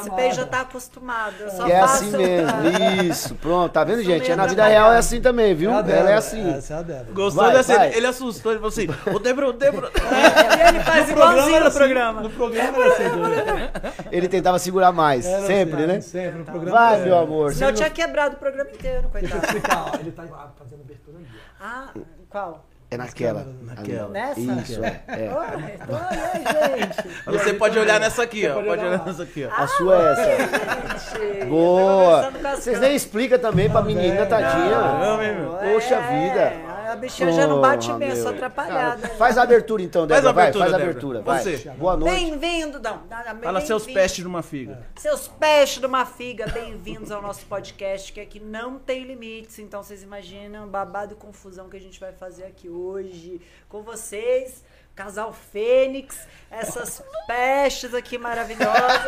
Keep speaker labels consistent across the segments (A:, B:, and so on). A: Esse peixe já tá acostumado. Eu só
B: E é
A: faço...
B: assim mesmo. Isso, pronto. Tá vendo,
A: Tá Isso
B: gente? É na
A: mesmo,
B: vida
A: é
B: real é
A: bacana.
B: assim também, viu?
C: a
B: Ela
C: Débora,
B: é assim.
C: Essa é a Débora.
D: Gostou
B: Vai,
D: dessa?
B: vai.
D: Ele assustou, ele falou assim: Ô Debra, ô Debra.
A: E ele faz igualzinho
D: assim.
A: no programa.
C: assim, No programa era assim, Débora.
B: Ele tentava segurar mais.
C: Era
B: sempre,
C: assim,
B: né?
C: Sempre, no programa.
B: Vai,
C: era.
B: meu amor.
A: Senão eu tinha quebrado o programa inteiro, coitado.
C: Explicar, ó, Ele tá fazendo abertura ali.
A: Ah, qual?
B: É naquela.
D: Naquela.
A: Nessa?
B: Isso, é. é.
A: Oi, oi, gente.
D: Você pode olhar nessa aqui, ó.
C: pode
D: Pode
C: olhar
D: olhar
C: lá.
D: nessa aqui, ó.
A: Ah,
B: A sua é essa.
A: Gente,
B: Boa.
A: eu tô conversando com as Ah,
B: Vocês nem explicam também pra menina,
C: velho.
B: tadinha.
D: Não, hein, meu?
B: Poxa vida.
A: É, A bichinha já não bate
B: Porra,
A: mesmo, sou
B: meu.
A: atrapalhada.
B: Faz a abertura então,
D: Faz a
B: Débora. Vai,
D: abertura,
B: faz a
D: Débora.
B: abertura. Vai.
D: Você.
B: Boa noite.
A: Bem-vindo, não. dá- dá-
D: Fala
A: bem-vindo.
D: seus pestes numa figa.
C: É.
A: Seus peixes de uma figa, bem-vindos ao nosso podcast, que aqui não tem limites. Então vocês imaginam o babado e confusão que a gente vai fazer aqui hoje com vocês, casal Fênix, essas pestes aqui maravilhosas,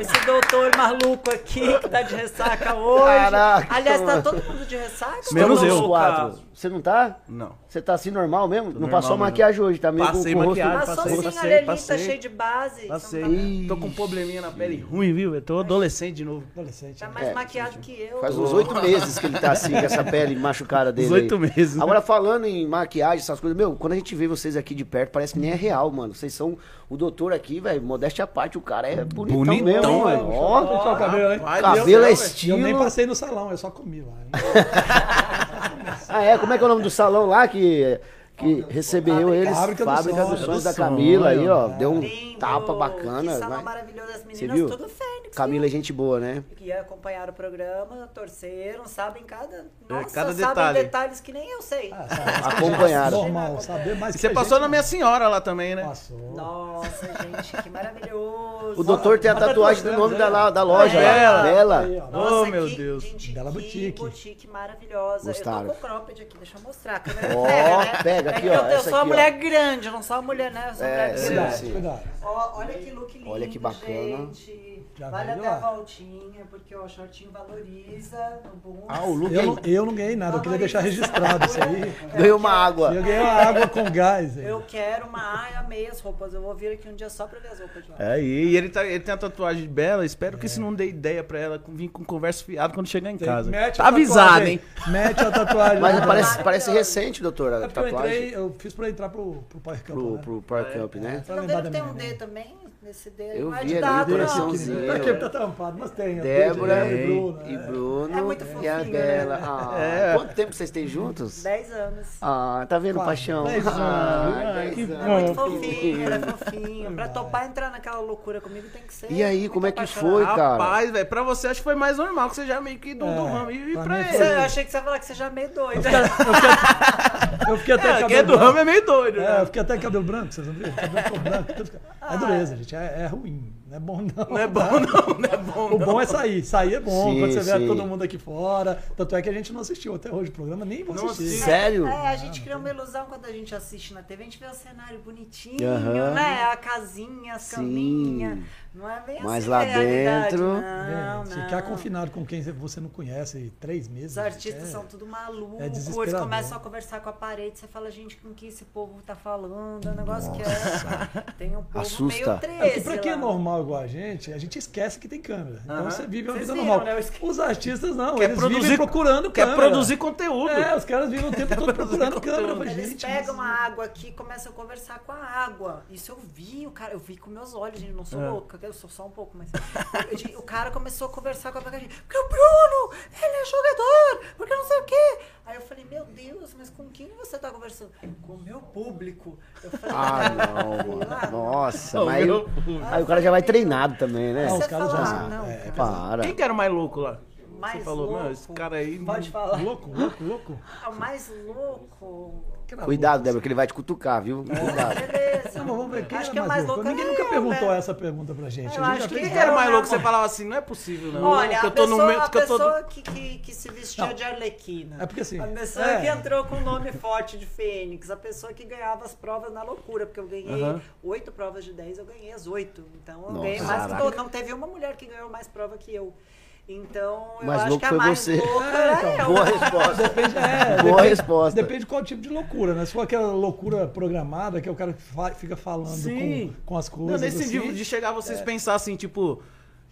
A: esse doutor maluco aqui que tá de ressaca hoje.
B: Caraca,
A: Aliás, tá
B: mano.
A: todo mundo de ressaca?
D: Menos
B: Todos
D: eu.
B: os quatro.
D: Caso.
B: Você não tá?
D: Não.
B: Você tá assim normal mesmo? não
D: normal
B: passou
D: mesmo.
B: maquiagem hoje, tá meio com-
D: Passei
B: com o rosto.
D: maquiagem,
A: Passou
D: Passei,
A: sim,
D: passei,
A: olha ali, tá
D: passei.
A: cheio de base. então
D: Passei.
A: Tá,
D: Tô com um probleminha na pele ruim, viu? Eu tô adolescente de novo.
C: Adolescente.
A: tá
C: né?
A: mais
B: É,
A: maquiado que eu.
B: Faz uns oito meses que ele tá assim, com essa pele machucada dele.
D: Uns oito
B: aí.
D: meses, né?
B: Agora, falando em maquiagem, essas coisas, meu, quando a gente vê vocês aqui de perto, parece que nem é real, mano. Vocês são o doutor aqui, velho, modéstia à parte, o cara é bonitão,
D: Bonitão,
B: mesmo,
D: velho.
B: mano.
C: Deixa eu
B: Ó,
C: puxar o cabelo, hein?
D: Rapaz,
B: cabelo é
D: Deus,
C: E eu nem
B: estilo.
C: passei no salão, eu só comi lá. hein?
B: Ah, é? Como é que é o nome do salão lá que... Que recebeu eles,
C: Fábrica do
B: Fábrica
C: Sonho.
B: dos Sonhos da
D: Do Sonho,
B: Camila aí, ó. Deu um
A: Lindo,
B: tapa
A: Que
B: bacana.
A: salão
B: vai.
A: maravilhoso das
B: Você
A: meninas,
B: viu?
A: tudo Fênix.
B: Camila é gente boa, né?
A: que acompanharam o programa, torceram, sabem cada.
B: É,
A: Nossa,
D: cada
A: sabem
D: detalhe.
A: detalhes que nem eu sei.
C: Ah, sabe,
B: Acompanharam.
C: Normal, saber mais
D: Você
C: É que a
D: passou
C: gente,
D: na minha senhora lá também, né?
C: Passou.
A: Nossa, gente, que maravilhoso.
B: O doutor tem a tatuagem do nome da, la- da loja lá.
D: Bela.
C: né? É Aí,
B: Bela.
C: ó.
A: Nossa,
D: Oh,
A: que,
D: meu Deus.
A: Gente,
C: Bela
A: que
C: boutique.
A: maravilhosa.
B: Gostaram.
A: Eu tô com o cropped aqui, deixa eu mostrar. A câmera
B: Ó,
A: pega, né?
B: pega
A: É
B: aqui,
A: que
B: ó,
A: Eu, eu sou
B: essa
A: uma
B: aqui, ó.
A: mulher grande, eu não sou uma mulher, né? Eu sou uma
B: É,
A: mulher
B: sim,
A: grande.
B: sim.
C: Cuidado.
A: Ó, olha que look lindo,
B: Olha que bacana.
A: gente.
C: Já
A: vale
C: veio
A: até a
C: lá.
A: voltinha, porque ó, o shortinho valoriza no bumbum.
B: Ah, o Luke
C: Eu, não- eu não ganhei nada, eu queria deixar registrado isso aí.
B: ganhou uma água.
C: Eu ganhei uma água com gás. aí.
A: Eu quero uma... Ai, amei as roupas. Eu vou vir aqui um dia só pra ver as roupas de lá.
D: Aí, e ele, tá, ele tem a tatuagem bela, espero
C: É.
D: que isso não dê ideia pra ela com- vir com conversa fiada quando chegar em casa.
C: Mete a
D: Tá avisado,
C: tatuagem,
D: hein?
C: Mete a tatuagem.
B: Mas
C: né?
B: parece, parece recente, doutora,
C: É
B: a
C: porque eu
B: tatuagem
C: entrei, eu fiz pra entrar pro, pro Power Camp.
B: pro,
C: né?
B: pro Power Camp, né?
C: Pra
A: Não viram
C: lembrar da
A: que tem
C: minha
A: um
C: mãe.
A: D também? Nesse D?
B: Eu
A: não é
B: vi
A: de
B: ali,
A: dado, não.
B: coraçãozinho.
C: Tá aqui, tá tampado, mas tem. ó,
B: Débora
C: tem,
B: e
C: né?
A: É
B: Bruno
A: muito
B: e a
A: fofinho,
B: Bela.
A: né?
B: Ah,
D: É.
B: Quanto tempo vocês têm juntos?
A: 10 anos.
B: Ah, tá vendo,
C: Quatro,
B: paixão?
D: dez anos.
B: Ah,
D: Ai,
B: dez
D: que
B: anos.
A: É muito fofinho, ele é fofinho. Pra topar entrar naquela loucura comigo tem que ser.
B: E aí,
A: muito
B: como é que
A: apaixonado.
B: foi? cara.
D: Rapaz, velho, pra você acho que foi mais normal, que você já meio que do, do
C: É,
D: ramo. E, e
C: pra
D: pra
C: mim
D: ele?
A: Você-
C: foi-
A: Eu achei que você ia falar que você já é meio doido.
C: Eu fiquei até
D: É,
C: cabelo
D: quem é do
C: branco.
D: ramo é meio doido,
C: Tá É,
D: né?
C: eu fiquei até cabelo branco, vocês não viram? Cabelo ficou branco. tudo fica-
A: Ah.
C: É dureza, gente. É, é ruim. Não é bom, não.
D: Não é bom, não, não é bom.
C: O bom é sair. Sair é bom.
B: Sim,
C: quando você
B: sim.
C: vê todo mundo aqui fora. Tanto é que a gente não assistiu até hoje o programa, nem vou
D: Não
C: assistir.
D: assisti.
B: Sério?
A: É, a gente cria uma ilusão quando a gente assiste na TV. A gente vê o cenário bonitinho,
B: Aham.
A: né? A casinha, as
B: Sim.
A: caminhas. Não é bem
B: Mas
A: assim
B: lá
A: a realidade,
B: dentro-
A: Não,
C: Você
A: não.
C: ficar confinado com quem você não conhece três meses.
A: Os artistas
C: é-
A: são tudo malucos,
C: é
A: eles
C: desesperador.
A: começam a conversar com a parede, você fala, gente, com que esse povo tá falando, é um negócio que é. Tem um povo
B: Assusta.
A: meio
C: É, porque
A: 13
C: pra quem é
A: lá.
C: normal igual a gente, a gente esquece que tem câmera. Então
D: Aham.
C: você vive uma
A: Vocês
C: vida
A: viram,
C: normal.
A: né? Eu esque-
C: Os artistas não,
D: Quer
C: eles
D: produzir-
C: vivem procurando
D: Quer
C: câmera.
D: produzir conteúdo.
C: É, os caras vivem o tempo todo procurando câmera. Eu falei,
A: Eles
C: gente,
A: pegam
C: mas-
A: a água aqui e começam a conversar com a água. Isso eu vi, o cara, eu vi com meus olhos, gente, eu não sou
C: É.
A: louca, eu sou só um pouco, mas... Eu di- o cara começou a conversar com a gente, porque o Bruno, ele é jogador, porque não sei o quê. Aí eu falei, meu Deus, mas com quem você tá conversando? Com o meu público. Eu falei,
B: Ah, não,
A: Ah,
B: mano. Nossa,
D: Não,
B: mas aí,
D: meu-
B: aí o cara já vai treinado também, né?
C: Ah, os
A: Você
C: caras
A: fala,
C: já-
A: ah, não,
C: é,
A: cara.
B: Para.
D: Quem que era o mais louco lá?
A: Mais
D: você falou,
A: louco?
D: mano, esse cara aí.
A: Pode falar.
C: Louco, louco, louco.
A: Ah, O mais louco.
C: é
B: Cuidado, Débora, que ele vai te cutucar, viu? Cuidado.
A: Beleza.
C: Não, mas vamos ver quem
A: acho
C: é
A: que é
C: mais louco.
A: louco
C: Ninguém
A: é
C: nunca
A: eu,
C: perguntou
A: né?
C: essa pergunta pra gente.
A: Eu
C: A gente
A: acho que
C: já fez
D: Quem
A: ele
D: que
C: várias.
D: era o mais
A: Não,
D: louco? Você
A: amor.
D: falava assim, não é possível, não.
A: Olha,
D: que
A: a
D: eu tô no
A: pessoa,
D: meio,
A: a
D: que eu tô.
A: pessoa que, que, que se vestia
C: né? Não.
A: de arlequina.
C: É porque assim,
A: A pessoa
C: é.
A: que entrou com o nome forte de Fênix. A pessoa que ganhava as provas na loucura. Porque eu ganhei
D: Aham.
A: oito provas de dez, eu ganhei as oito. Então eu
B: Nossa,
A: ganhei mais que
B: caraca.
A: todo. Não teve uma mulher que ganhou mais prova que eu. Então eu
B: Mas
A: acho
B: louco
A: que a
B: foi
A: mais
B: você.
A: louca
C: É, então.
A: era eu.
B: Boa resposta.
C: Depende, é,
B: Boa
C: depende-
B: resposta.
C: Depende qual tipo de loucura, né? Se for aquela loucura programada, que é o cara que fa- fica falando
D: Sim.
C: com, com as coisas.
D: Não, nesse
C: assim,
A: É.
D: nível de chegar vocês pensar assim, tipo.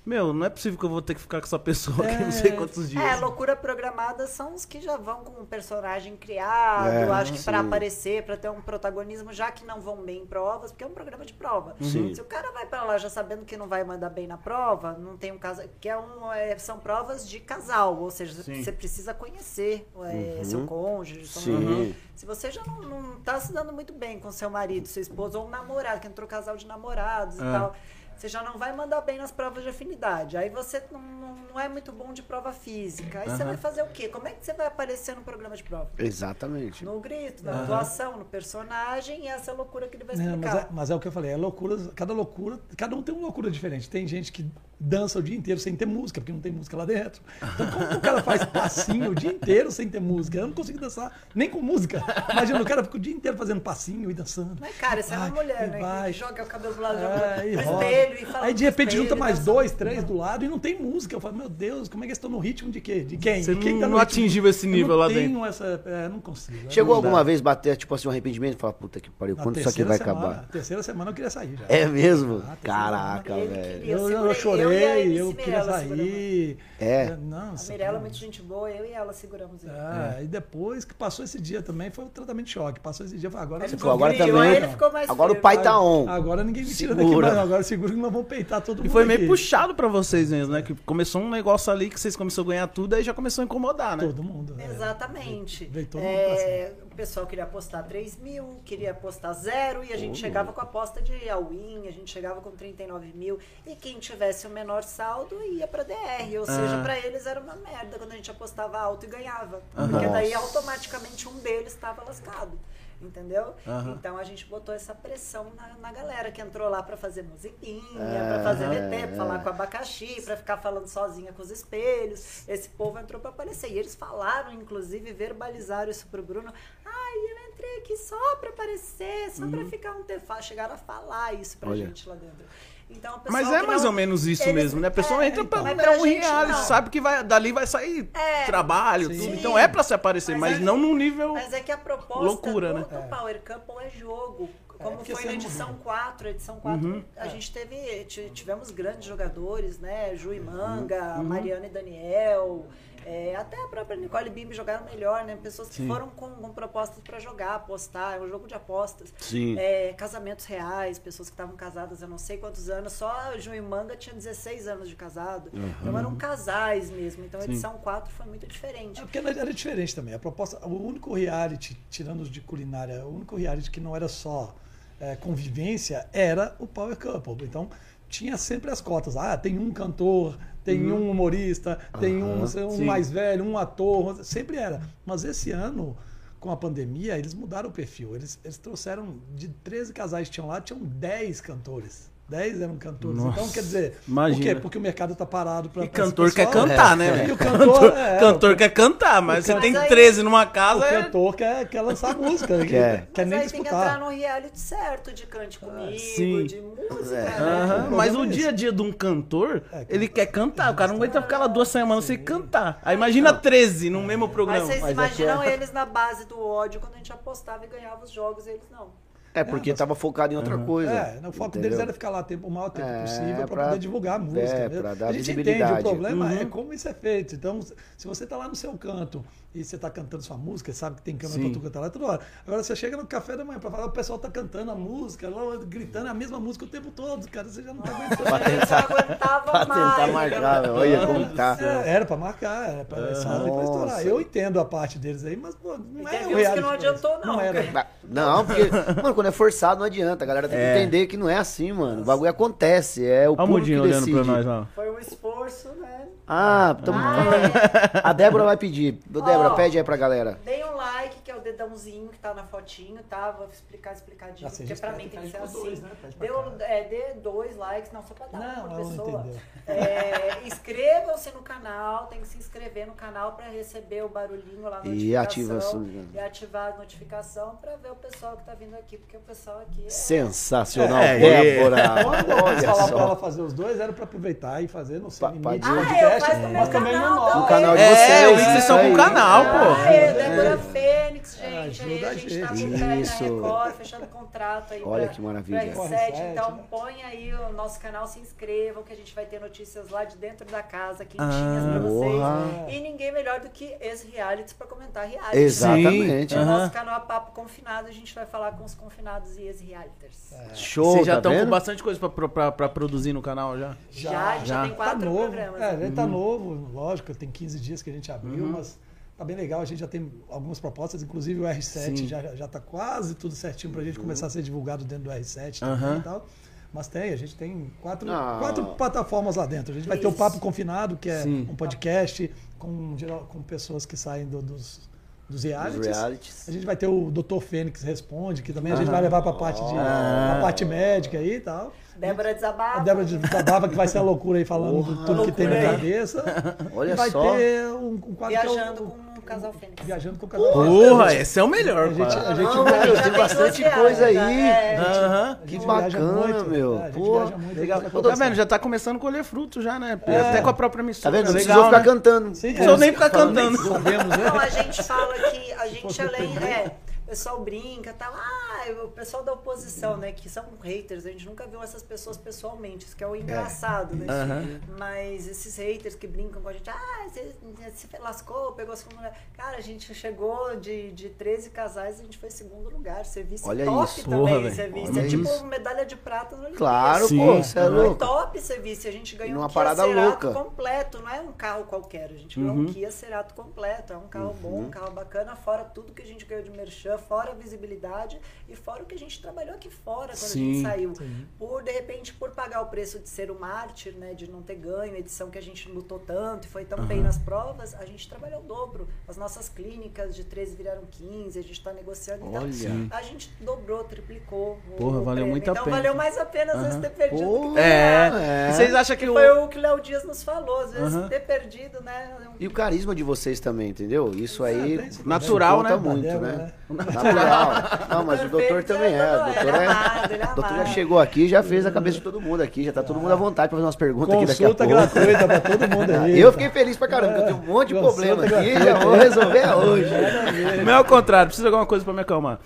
D: Meu, não é possível que eu vou ter que ficar com essa pessoa aqui não
C: É.
D: sei quantos dias.
A: É, loucura programada são os que já vão com um personagem criado,
B: É,
A: acho que pra
B: sim.
A: aparecer, pra ter um protagonismo, já que não vão bem em provas, porque é um programa de prova.
B: Sim.
A: Se o cara vai pra lá já sabendo que não vai mandar bem na prova, não tem um casal, que é um, é, são provas de casal, ou seja,
D: Sim.
A: você precisa conhecer é,
B: Uhum.
A: seu cônjuge, sua
B: Sim.
C: Uhum.
A: mulher. Se você já não, não tá se dando muito bem com seu marido, sua esposa ou um namorado, que entrou casal de namorados e
D: É.
A: tal, você já não vai mandar bem nas provas de afinidade. Aí você não, não, não é muito bom de prova física. Aí você vai fazer o quê? Como é que você vai aparecer no programa de prova?
B: Exatamente.
A: No grito, na
D: Aham.
A: atuação, no personagem e essa loucura que ele vai
C: Não, mas, é,
A: explicar.
C: mas é o que eu falei, é loucura, cada loucura, cada um tem uma loucura diferente. Tem gente que dança o dia inteiro sem ter música, porque não tem música lá dentro. Então como que o cara faz passinho o dia inteiro sem ter música? Eu não consigo dançar nem com música. Imagina, o cara fica o dia inteiro fazendo passinho e dançando.
A: Mas, cara, isso é uma
C: Vai,
A: mulher,
C: e
A: né?
C: vai.
A: Que joga o cabelo do lado,
C: Ah,
A: joga
C: e
A: no
C: roda.
A: um espelho e fala.
C: Aí de
A: no
C: repente junta
A: espelho, né?
C: mais
A: dança-
C: dois, três do lado e não tem música. Eu falo, meu Deus, como é que eles estão no ritmo de quê? De quem?
D: Você
C: de quem
D: não-
C: tá no
D: não
C: ritmo?
D: atingiu esse
C: Eu
D: nível
C: não
D: lá
C: tenho Essa, é, não consigo.
B: Chegou
C: Não dá.
B: alguma vez bater, tipo assim, um arrependimento e falar, puta que pariu,
C: Na
B: quando isso aqui
C: terceira
B: vai
C: semana-
B: acabar?
C: na Terceira semana eu queria sair já.
B: É mesmo?
C: Ah, terceira
B: Caraca,
A: Ele
B: velho.
A: queria- Eu
C: Eu, eu,
A: segurei, eu e a
C: chorei,
A: MC
C: eu queria
A: Mirella
C: sair.
B: É.
A: A
C: Nossa.
A: Mirella é muito gente boa, eu e ela seguramos ele.
C: Ah, E depois que passou esse dia também, foi o tratamento de choque. Passou esse dia, eu falei, agora
A: Ele
B: Pô, agora
A: frio, aí ele
B: também.
A: ficou mais
B: Agora
A: frio.
B: o pai tá on.
C: Agora ninguém me tira
B: Segura.
C: daqui, mais, agora segura que nós vamos peitar todo mundo.
D: E foi meio
C: aqui.
D: puxado pra vocês mesmo, né? Que começou um negócio ali que vocês começaram a ganhar tudo, aí já começou a incomodar, né?
C: Todo mundo. né?
A: Exatamente.
C: Veio todo mundo
A: É, o pessoal queria apostar 3 mil, queria apostar zero, e a gente chegava com a aposta de all-in, a gente chegava com 39 mil, e quem tivesse o menor saldo ia pra DR. Ou seja, pra eles era uma merda quando a gente apostava alto e ganhava. Porque daí
B: Nossa.
A: automaticamente um deles estava lascado. Entendeu?
D: Aham.
A: Então a gente botou essa pressão na, na galera que entrou lá pra fazer musiquinha, pra fazer VT, pra
D: É.
A: falar com abacaxi, pra ficar falando sozinha com os espelhos. Esse povo entrou pra aparecer. E eles falaram, inclusive, verbalizaram isso pro Bruno. Ai, eu entrei aqui só pra aparecer, só
D: Uhum.
A: pra ficar um tefá. Chegaram a falar isso pra
B: Olha.
A: gente lá dentro. Então, o pessoal
D: Mas é
A: que
D: mais
A: não-
D: ou menos isso
A: eles-
D: mesmo, né? A pessoa
A: é,
D: entra pra,
A: então, mas
D: é um
A: gente
D: reality,
A: não.
D: sabe que vai, dali vai sair
A: É.
D: trabalho,
C: Sim.
D: tudo. Então é pra se aparecer,
A: Mas
D: mas,
A: é-
D: não num nível.
A: Mas é que a proposta
D: Loucura,
A: do,
D: né?
A: do Power Couple é jogo. Como
C: porque
A: foi
C: você é
A: na
C: não-
A: edição 4, a edição 4,
D: Uhum, é.
A: a gente teve, ti- tivemos grandes jogadores, né? Ju
C: Uhum,
A: e
D: uhum.
A: Manga, Mariana e Daniel, é, até a própria Nicole Bimbi jogaram melhor, né? Pessoas que foram com, com propostas para jogar, apostar, é um jogo de apostas.
B: Sim.
A: É, casamentos reais, pessoas que estavam casadas há não sei quantos anos, só a Ju e Manga tinha 16 anos de casado.
D: Uhum.
A: Então eram casais mesmo. Então a edição 4 foi muito diferente.
C: É porque ela era diferente também. A proposta, o único reality, tirando os de culinária, o único reality que não era só é, convivência era o Power Couple. Então tinha sempre as cotas. Ah, tem um cantor, tem um humorista, tem um,
B: Aham,
C: um
D: Uhum. sim.
C: mais velho, um ator. Sempre era. Mas esse ano, com a pandemia, eles mudaram o perfil. Eles, eles trouxeram de 13 casais que tinham lá, tinham 10 cantores. 10 eram cantores.
D: Nossa,
C: então, quer dizer, por
D: imagina.
C: quê? Porque o mercado está parado para
D: E cantor quer cantar, né,
C: É. E
D: velho?
C: o cantor, é,
D: cantor quer cantar, mas você
A: cantor-
D: tem
A: Mas aí-
D: 13 numa casa.
C: o
D: é-
C: cantor quer, quer lançar música, né?
B: Quer.
C: quer,
A: Mas
C: nem
A: aí tem que entrar
C: disputar.
A: num reality certo de cante comigo,
D: sim.
A: de música.
B: É.
A: né?
D: Aham,
C: O problema
D: mas
C: é
D: o
C: esse.
D: dia a dia de um cantor,
C: É, que-
D: ele quer cantar. O cara não aguenta ficar lá duas semanas sem cantar. Aí imagina 13 no mesmo
A: Mas
D: programa.
A: vocês
B: mas é
A: imaginam
B: que é-
A: eles na base do ódio quando a gente apostava e ganhava os jogos e eles não.
B: É porque tava focado em outra coisa.
C: É, o foco deles era ficar lá tempo, o maior tempo
B: É,
C: possível
B: pra-
C: para poder divulgar a música.
B: é,
C: mesmo.
B: pra dar
C: a gente entende,
B: visibilidade.
C: o problema
A: Uhum.
C: é como isso é feito. Então, se você tá lá no seu canto e você tá cantando sua música, sabe que tem câmera
D: Sim.
C: pra tu cantar lá toda hora. Agora você chega no café da manhã pra falar, o pessoal tá cantando a música, lá, gritando a mesma música o tempo todo, cara, você já não tá aguentando.
A: A gente não aguentava
B: Pra tentar
A: mais.
B: marcar, velho. Olha como tá.
C: É, era pra marcar, era pra, sabe, pra
B: Nossa.
C: estourar. Eu entendo a parte deles aí, mas pô, não
A: Teve
C: é
A: uns
C: um
A: que
C: reality
A: não
C: pra
A: adiantou,
C: isso.
A: não,
C: era.
B: Ba- Não, porque, mano, quando é forçado não adianta. A galera tem que entender que não é assim, mano. O bagulho acontece. É o
D: Olha o
B: público que
D: Mudinho olhando
B: decide.
D: pra nós lá.
A: Foi um esforço, né?
B: Ah, tamo... a Débora vai pedir. Ô, Débora,
A: Ó.
B: pede aí pra galera.
A: Deem um like, que é o dedãozinho que tá na fotinho, tá? Vou explicar, explicadinho.
C: Ah, você
A: porque
C: já
A: pra
C: espera
A: mim
C: que
A: tem que ser
C: pede por
A: assim.
C: dois, né? Pede pra
A: Dê, um- é, dê dois likes, não, só pra dar
C: Não,
A: um por
C: ela não
A: pessoa.
C: entendeu.
A: É, Inscrevam-se no canal, tem que se inscrever no canal pra receber o barulhinho lá na
B: E ativa
A: notificação.
B: as-
A: E ativar a notificação pra ver o pessoal que tá vindo aqui, porque o pessoal aqui é...
B: Sensacional,
D: É,
B: Débora.
C: Quando eu
B: Olha
C: falar
B: só.
C: pra ela fazer os dois, era pra aproveitar e fazer no seu
B: Pa- pa-
C: limite
B: Ah,
A: eu faço no meu
C: mas também
A: canal
C: no nosso.
B: No canal de
D: É,
B: vocês.
D: eu vi que vocês
B: isso Ah, é,
D: são com
B: aí.
D: o canal, pô.
A: Ai, Débora Ah, é, Fênix, gente.
C: Ajuda
A: a
C: a
A: gente tá
C: gente.
A: com o pé na
B: Isso.
A: Record, fechando contrato aí
B: Olha
A: pra-
B: que maravilha.
A: pra R7,
C: R7,
A: então
C: né?
A: põe aí o nosso canal, se inscrevam que a gente vai ter notícias lá de dentro da casa, quentinhas
D: Ah,
A: pra vocês.
B: porra.
A: E ninguém melhor do que esse reality pra comentar reality.
B: Exatamente.
A: No
D: Sim. Aham.
A: nosso canal é Papo Confinado, a gente vai falar com os confinados e ex-realiters.
C: É,
D: Show,
B: Vocês já
D: já estão
B: tão
D: com
B: com
D: bastante coisa pra, produzir no canal já?
A: Já, já, já
D: já. Uhum.
A: tem quatro
C: tá novo.
A: programas. né?
C: É, ele tá novo, lógico, tem 15 dias que a gente abriu, mas tá bem legal. A gente já tem algumas propostas, inclusive o R7
D: Sim. Uhum.
C: já, já tá quase tudo certinho pra gente começar a ser divulgado dentro do R7 também
D: Aham.
C: e tal. Mas tem, a gente tem quatro,
B: Ah.
C: quatro plataformas lá dentro. A gente vai ter o
A: Isso.
C: Papo Confinado, que é
D: Sim.
C: um podcast com, geral- com pessoas que saem do- dos, dos
B: Os
C: realities.
B: realities.
C: A gente vai ter o Dr. Fênix Responde, que também a gente
D: Aham.
C: vai levar pra parte, de,
D: Ah.
C: a parte médica aí e tal.
A: Débora desabafa.
C: A é. Débora de Tababa, que vai ser a loucura aí falando de tudo que tem na
A: Loucura aí.
C: cabeça.
B: Olha
C: e vai
B: só.
C: ter um, um quadro que é
A: Viajando
C: o-
A: com o casal Fênix.
C: Viajando com o casal.
D: Porra, esse é o melhor,
C: A gente-
D: cara.
C: a gente
B: Não,
C: vai-
B: meu,
A: Já
B: tem
A: tem
B: bastante
A: duas
B: coisa aí.
A: viagens,
D: é,
A: né?
D: Aham.
C: a
B: Que
C: gente viaja
B: bacana,
C: muito,
B: meu.
C: é, a gente
B: Pô,
C: viaja muito,
B: legal.
C: a gente
B: Pô,
D: Tá
C: vai-
D: vendo? Já tá começando a colher fruto já, né? Até com a própria
B: Tá
D: mistura.
B: vendo? Não
D: Legal,
B: precisou
D: né?
B: ficar cantando.
C: Sim,
D: Não precisou
C: é,
D: nem ficar
C: falando em
D: cantando.
C: Soubemos,
A: Não,
C: né?
A: a gente fala que a gente além. É, o pessoal brinca, tá? Ah, o pessoal da oposição, né? Que são haters. A gente nunca viu essas pessoas pessoalmente. Isso que é o engraçado, né? Mas esses haters que brincam com a gente, ah, você, você lascou, pegou a segunda. Cara, a gente chegou de, de 13 casais, a gente foi segundo lugar. Você vice
B: Olha
A: top
B: isso.
A: também,
D: Porra,
A: você
D: velho.
A: vice.
B: Olha
A: É tipo
B: isso.
A: medalha de prata no
B: Claro,
D: Sim.
B: pô, você é
D: Aham.
A: foi
B: louco.
A: top serviço, a gente ganhou
B: Numa
A: um Kia
B: parada
A: Cerato
B: louca. Uhum.
A: completo, não é um carro qualquer, a gente ganhou um Kia Cerato completo, é um carro bom, um carro bacana, fora tudo que a gente ganhou de merchan, fora a visibilidade e fora o que a gente trabalhou aqui fora quando a gente
D: Sim.
A: saiu. Por, de repente, por pagar o preço de ser um mártir, né, de não ter ganho, edição que a gente lutou tanto e foi tão bem nas provas, a gente trabalhou o dobro. As nossas clínicas de 13 viraram 15, a gente está negociando.
B: Olha.
A: Então, a gente dobrou, triplicou. o-
D: Porra,
A: o
D: valeu
A: prêmio.
D: muito a
A: então,
D: pena.
A: valeu mais a pena às vezes ter perdido do que
B: Porra.
A: ganhar.
D: É.
B: É.
D: E vocês acham que o.
A: Foi o que o Léo Dias nos falou, às vezes
D: Aham.
A: ter perdido, né?
B: E o carisma de vocês também, entendeu? Isso aí
C: tem isso.
D: Natural,
B: conta
D: né?
B: muito,
C: Débora,
B: né? Natural. Não, mas o doutor
A: Perfeito,
B: também é. O
A: ele
B: doutor,
A: amado, ele
B: é...
A: amado.
B: o doutor já chegou aqui e já fez a cabeça de todo mundo aqui. Já tá todo mundo à vontade pra fazer umas perguntas aqui daqui
C: Consulta
B: a pouco.
C: gratuita pra todo mundo aí.
B: Eu fiquei feliz pra caramba, porque eu tenho um monte de
C: Consulta
B: problema aqui já vou resolver hoje.
D: O meu é o contrário, precisa de alguma coisa pra me acalmar.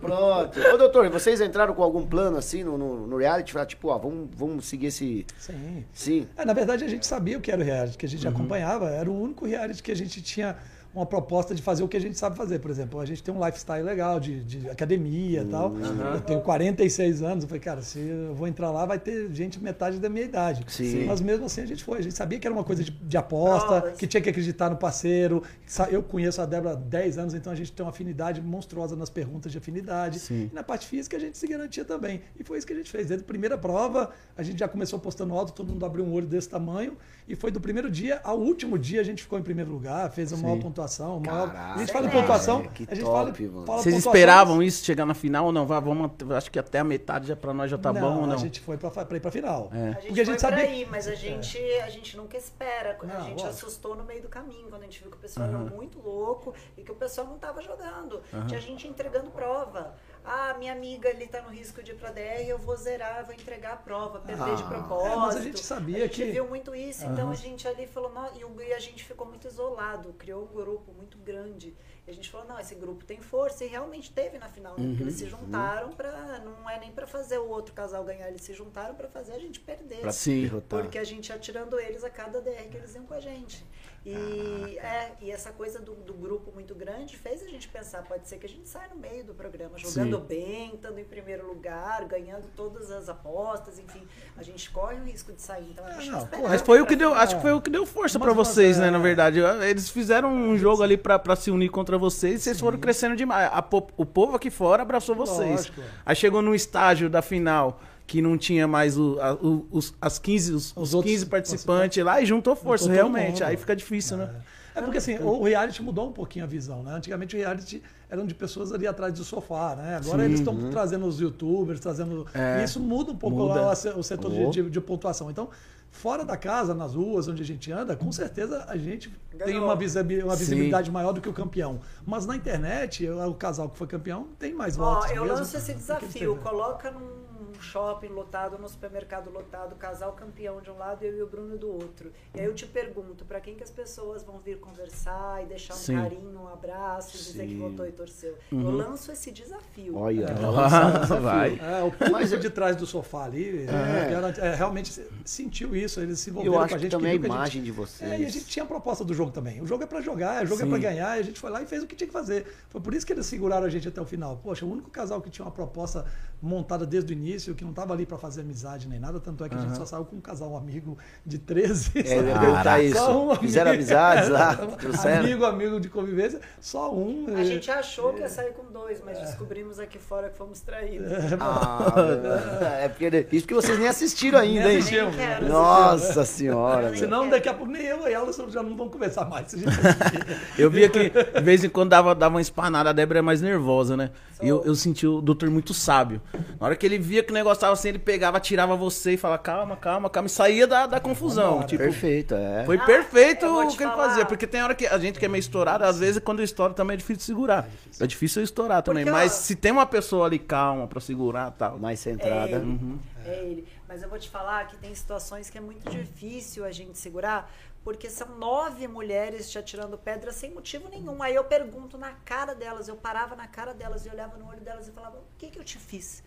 B: Pronto. Ô, doutor, vocês entraram com algum plano assim no, no, no reality? Falar, tipo, ó, vamos, vamos seguir esse...
C: Sim.
B: Sim.
C: É, na verdade, a gente sabia o que era o reality, que a gente acompanhava. Era o único reality que a gente tinha uma proposta de fazer o que a gente sabe fazer. Por exemplo, a gente tem um lifestyle legal de, de academia e tal. Eu tenho 46 anos. Eu falei, cara, se eu vou entrar lá, vai ter gente metade da minha idade.
B: Sim.
C: Mas mesmo assim, a gente foi. A gente sabia que era uma coisa de, de aposta,
A: Provas.
C: que tinha que acreditar no parceiro. Sa- Eu conheço a Débora há 10 anos, então a gente tem uma afinidade monstruosa nas perguntas de afinidade. E na parte física a gente se garantia também. E foi isso que a gente fez. Desde a primeira prova, a gente já começou postando alto, todo mundo abriu um olho desse tamanho. E foi do primeiro dia ao último dia a gente ficou em primeiro lugar, fez a maior pontuação. a maior- a
B: Caraca,
C: gente fala em pontuação,
B: velho, que
C: a gente
B: top,
C: fala,
B: mano.
C: fala
D: Vocês
C: pontuação,
D: esperavam isso chegar na final ou não? Vá, vamos, acho que até a metade já pra nós já tá bom ou não?
C: A gente foi pra, pra ir pra final.
D: É.
A: A gente
C: Porque a gente
A: foi
C: sabia.
A: pra aí, mas a gente, a gente nunca espera. a
C: É. Não,
A: gente
C: lógico.
A: assustou no meio do caminho, quando a gente viu que o pessoal era muito louco e que o pessoal não tava jogando. Tinha gente entregando prova. Ah, minha amiga ali tá no risco de ir pra DR, eu vou zerar, eu vou entregar a prova, perder de
B: Ah.
A: propósito.
C: É, mas a gente sabia
A: A gente
C: que-
A: viu muito isso, então a gente ali falou, "Nó", e, o- e a gente ficou muito isolado, criou um grupo muito grande. E a gente falou, não, esse grupo tem força, e realmente teve na final, né? porque eles se juntaram pra. Não é nem pra fazer o outro casal ganhar, eles se juntaram pra fazer a gente perder.
B: Pra
D: Sim.
B: derrotar.
A: Porque a gente ia tirando eles a cada DR que eles iam com a gente. E, é, e essa coisa do, do grupo muito grande fez a gente pensar, pode ser que a gente saia no meio do programa, jogando
D: Sim.
A: bem, estando em primeiro lugar, ganhando todas as apostas, enfim, a gente corre o risco de sair, então a gente não,
C: Ah, não,
A: espera.
D: Mas foi o que
C: É,
D: deu, acho que foi o que deu força
C: Mas
D: pra vocês,
C: você-
D: né, na verdade. Eles fizeram um jogo ali pra, pra se unir contra vocês, e vocês foram crescendo demais. A po- o povo aqui fora abraçou vocês.
C: Lógico. é.
D: Aí chegou num estágio da final que não tinha mais o- a- o- os, as 15, os, os
C: outros
D: 15 participantes lá e juntou força,
C: todo
D: realmente.
C: mundo.
D: Aí fica difícil, né?
C: É porque assim, o reality mudou um pouquinho a visão, né? Antigamente o reality eram de pessoas ali atrás do sofá, né? Agora eles estão trazendo os youtubers, trazendo. E isso muda um pouco
D: É. Muda.
C: lá o se- o setor de, de- de pontuação. Então, fora da casa, nas ruas, onde a gente anda, com certeza a gente tem
A: Ganhou.
C: uma, visibi- uma
D: Sim.
C: visibilidade maior do que o campeão. Mas na internet, o casal que foi campeão tem mais
A: Ó,
C: votos.
A: eu
C: mesmo
A: lanço esse
C: do que eles
A: desafio,
C: teve.
A: coloca num num shopping lotado, num supermercado lotado, casal campeão de um lado eu e o Bruno do outro. E aí eu te pergunto, pra quem que as pessoas vão vir conversar e deixar um
D: Sim.
A: carinho, um abraço, dizer que
D: Sim.
A: votou e torceu? Eu lanço esse desafio.
B: Olha, tá lançado o desafio.
D: Vai.
C: É, o público de trás do sofá ali é, era- é, realmente se- sentiu isso, eles se envolveram
B: Eu
C: com
B: acho
C: a
B: que
C: gente.
B: também a
C: queriam que
B: imagem de
C: gente... É, e a gente
B: vocês.
C: tinha a proposta do jogo também. O jogo é pra jogar, o jogo é
D: Sim.
C: pra ganhar, e a gente foi lá e fez o que tinha que fazer. Foi por isso que eles seguraram a gente até o final. Poxa, o único casal que tinha uma proposta montada desde o início, que não tava ali pra fazer amizade nem nada, tanto é que a gente só saiu com um casal, um amigo de 13.
B: É, eu ia
C: sabe?
B: perguntar
C: Só um
B: isso.
C: amigo. É,
B: Fizeram amizades lá, trouxeram.
C: Amigo, amigo de convivência, só um.
A: A
C: eh,
A: gente achou que ia sair com dois, mas descobrimos aqui fora que fomos traídos.
B: Ah, é porque isso que vocês nem assistiram ainda, hein?
C: assistimos,
A: Nem quero.
B: Nossa senhora,
A: Nem
B: velho.
C: Senão, daqui a pouco nem eu e ela já não vão conversar mais. Se a gente-
D: Eu via que de vez em quando dava, dava uma espanada, a Débora é mais nervosa, né? E eu, eu senti o doutor muito sábio. Na hora que ele via que o negócio tava assim, ele pegava, tirava você e falava, calma, calma, calma, e saía da, da confusão. Tipo,
B: Perfeito, é.
D: foi
A: Ah,
D: perfeito
A: eu vou
D: o
A: te
D: que ele
A: falar.
D: fazia. Porque tem hora que a gente que é meio estourado, às vezes quando eu estouro também é difícil de segurar. É difícil eu estourar também.
A: Porque, ó,
D: Mas se tem uma pessoa ali calma pra segurar e tal.
B: Mais
A: É ele.
B: centrada.
A: É ele. Mas eu vou te falar que tem situações que é muito difícil a gente segurar, porque são nove mulheres te atirando pedra sem motivo nenhum. Aí eu pergunto na cara delas, eu parava na cara delas e olhava no olho delas e falava: o que, que eu te fiz?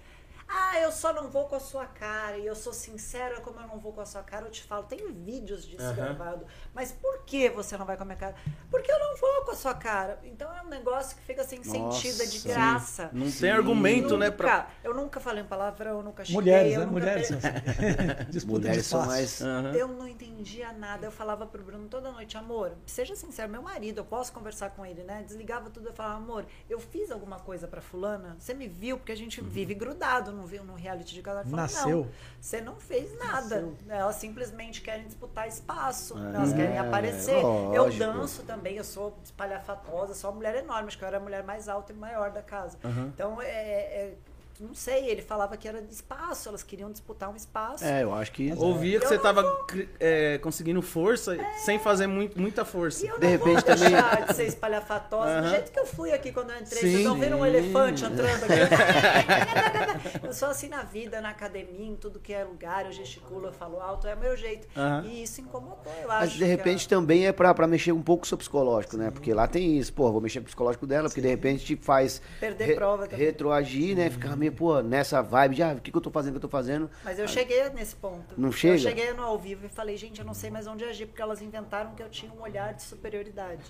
A: Ah, eu só não vou com a sua cara, e eu sou sincera como eu não vou com a sua cara, eu te falo, tem vídeos disso gravado. Mas por que você não vai com a minha cara? Porque eu não vou com a sua cara. Então é um negócio que fica sem sentido, é de
B: Nossa.
A: graça.
D: Não tem argumento, né?
A: Nunca.
D: Pra...
A: Eu nunca falei em palavrão, eu nunca xinguei.
C: mulheres,
A: eu
C: né?
A: nunca
C: Mulheres.
A: pe-
C: são- assim. Disputa de
B: Mulheres são
C: espaço.
B: mais.
D: Aham.
A: Eu não entendia nada. Eu falava pro Bruno toda noite, amor, seja sincero, meu marido, eu posso conversar com ele, né? Desligava tudo, eu falava, amor, eu fiz alguma coisa pra fulana? Você me viu? Porque a gente vive grudado, não viu no reality de casal. Ele falou,
C: Nasceu.
A: Não, você não fez nada. Elas simplesmente querem disputar espaço, elas querem aparecer. Eu
B: lógico.
A: danço também, eu sou espalhafatosa, sou uma mulher enorme, acho que eu era a mulher mais alta e maior da casa. Então, é- é- não sei, ele falava que era de espaço, elas queriam disputar um espaço.
B: É, eu acho que.
D: Ouvia que
A: Eu
D: você
A: não É.
D: tava cri- é, conseguindo força, sem fazer muito- muita força.
A: E eu
B: De
A: não
B: repente
A: vou
B: também-
A: deixar de ser espalhafatosa. Do jeito que eu fui aqui quando eu entrei, vocês estão
D: Sim.
A: vendo um elefante entrando aqui. eu sou assim na vida, na academia, em tudo que é lugar, eu gesticulo, eu falo alto, é o meu jeito.
D: Aham.
A: E isso incomodou, eu acho.
B: Mas de
A: que
B: repente também é pra, pra mexer um pouco com o seu psicológico, né? Porque lá tem isso, pô, vou mexer com o psicológico dela, porque de repente te faz
A: Perder prova também.
B: retroagir, né? Ficar meio, pô, nessa vibe de, ah, o que, que eu tô fazendo, o que eu tô fazendo.
A: Mas eu cheguei nesse ponto.
B: Não chega?
A: Eu cheguei no ao vivo e falei, gente, eu não sei mais onde agir, porque elas inventaram que eu tinha um olhar de superioridade.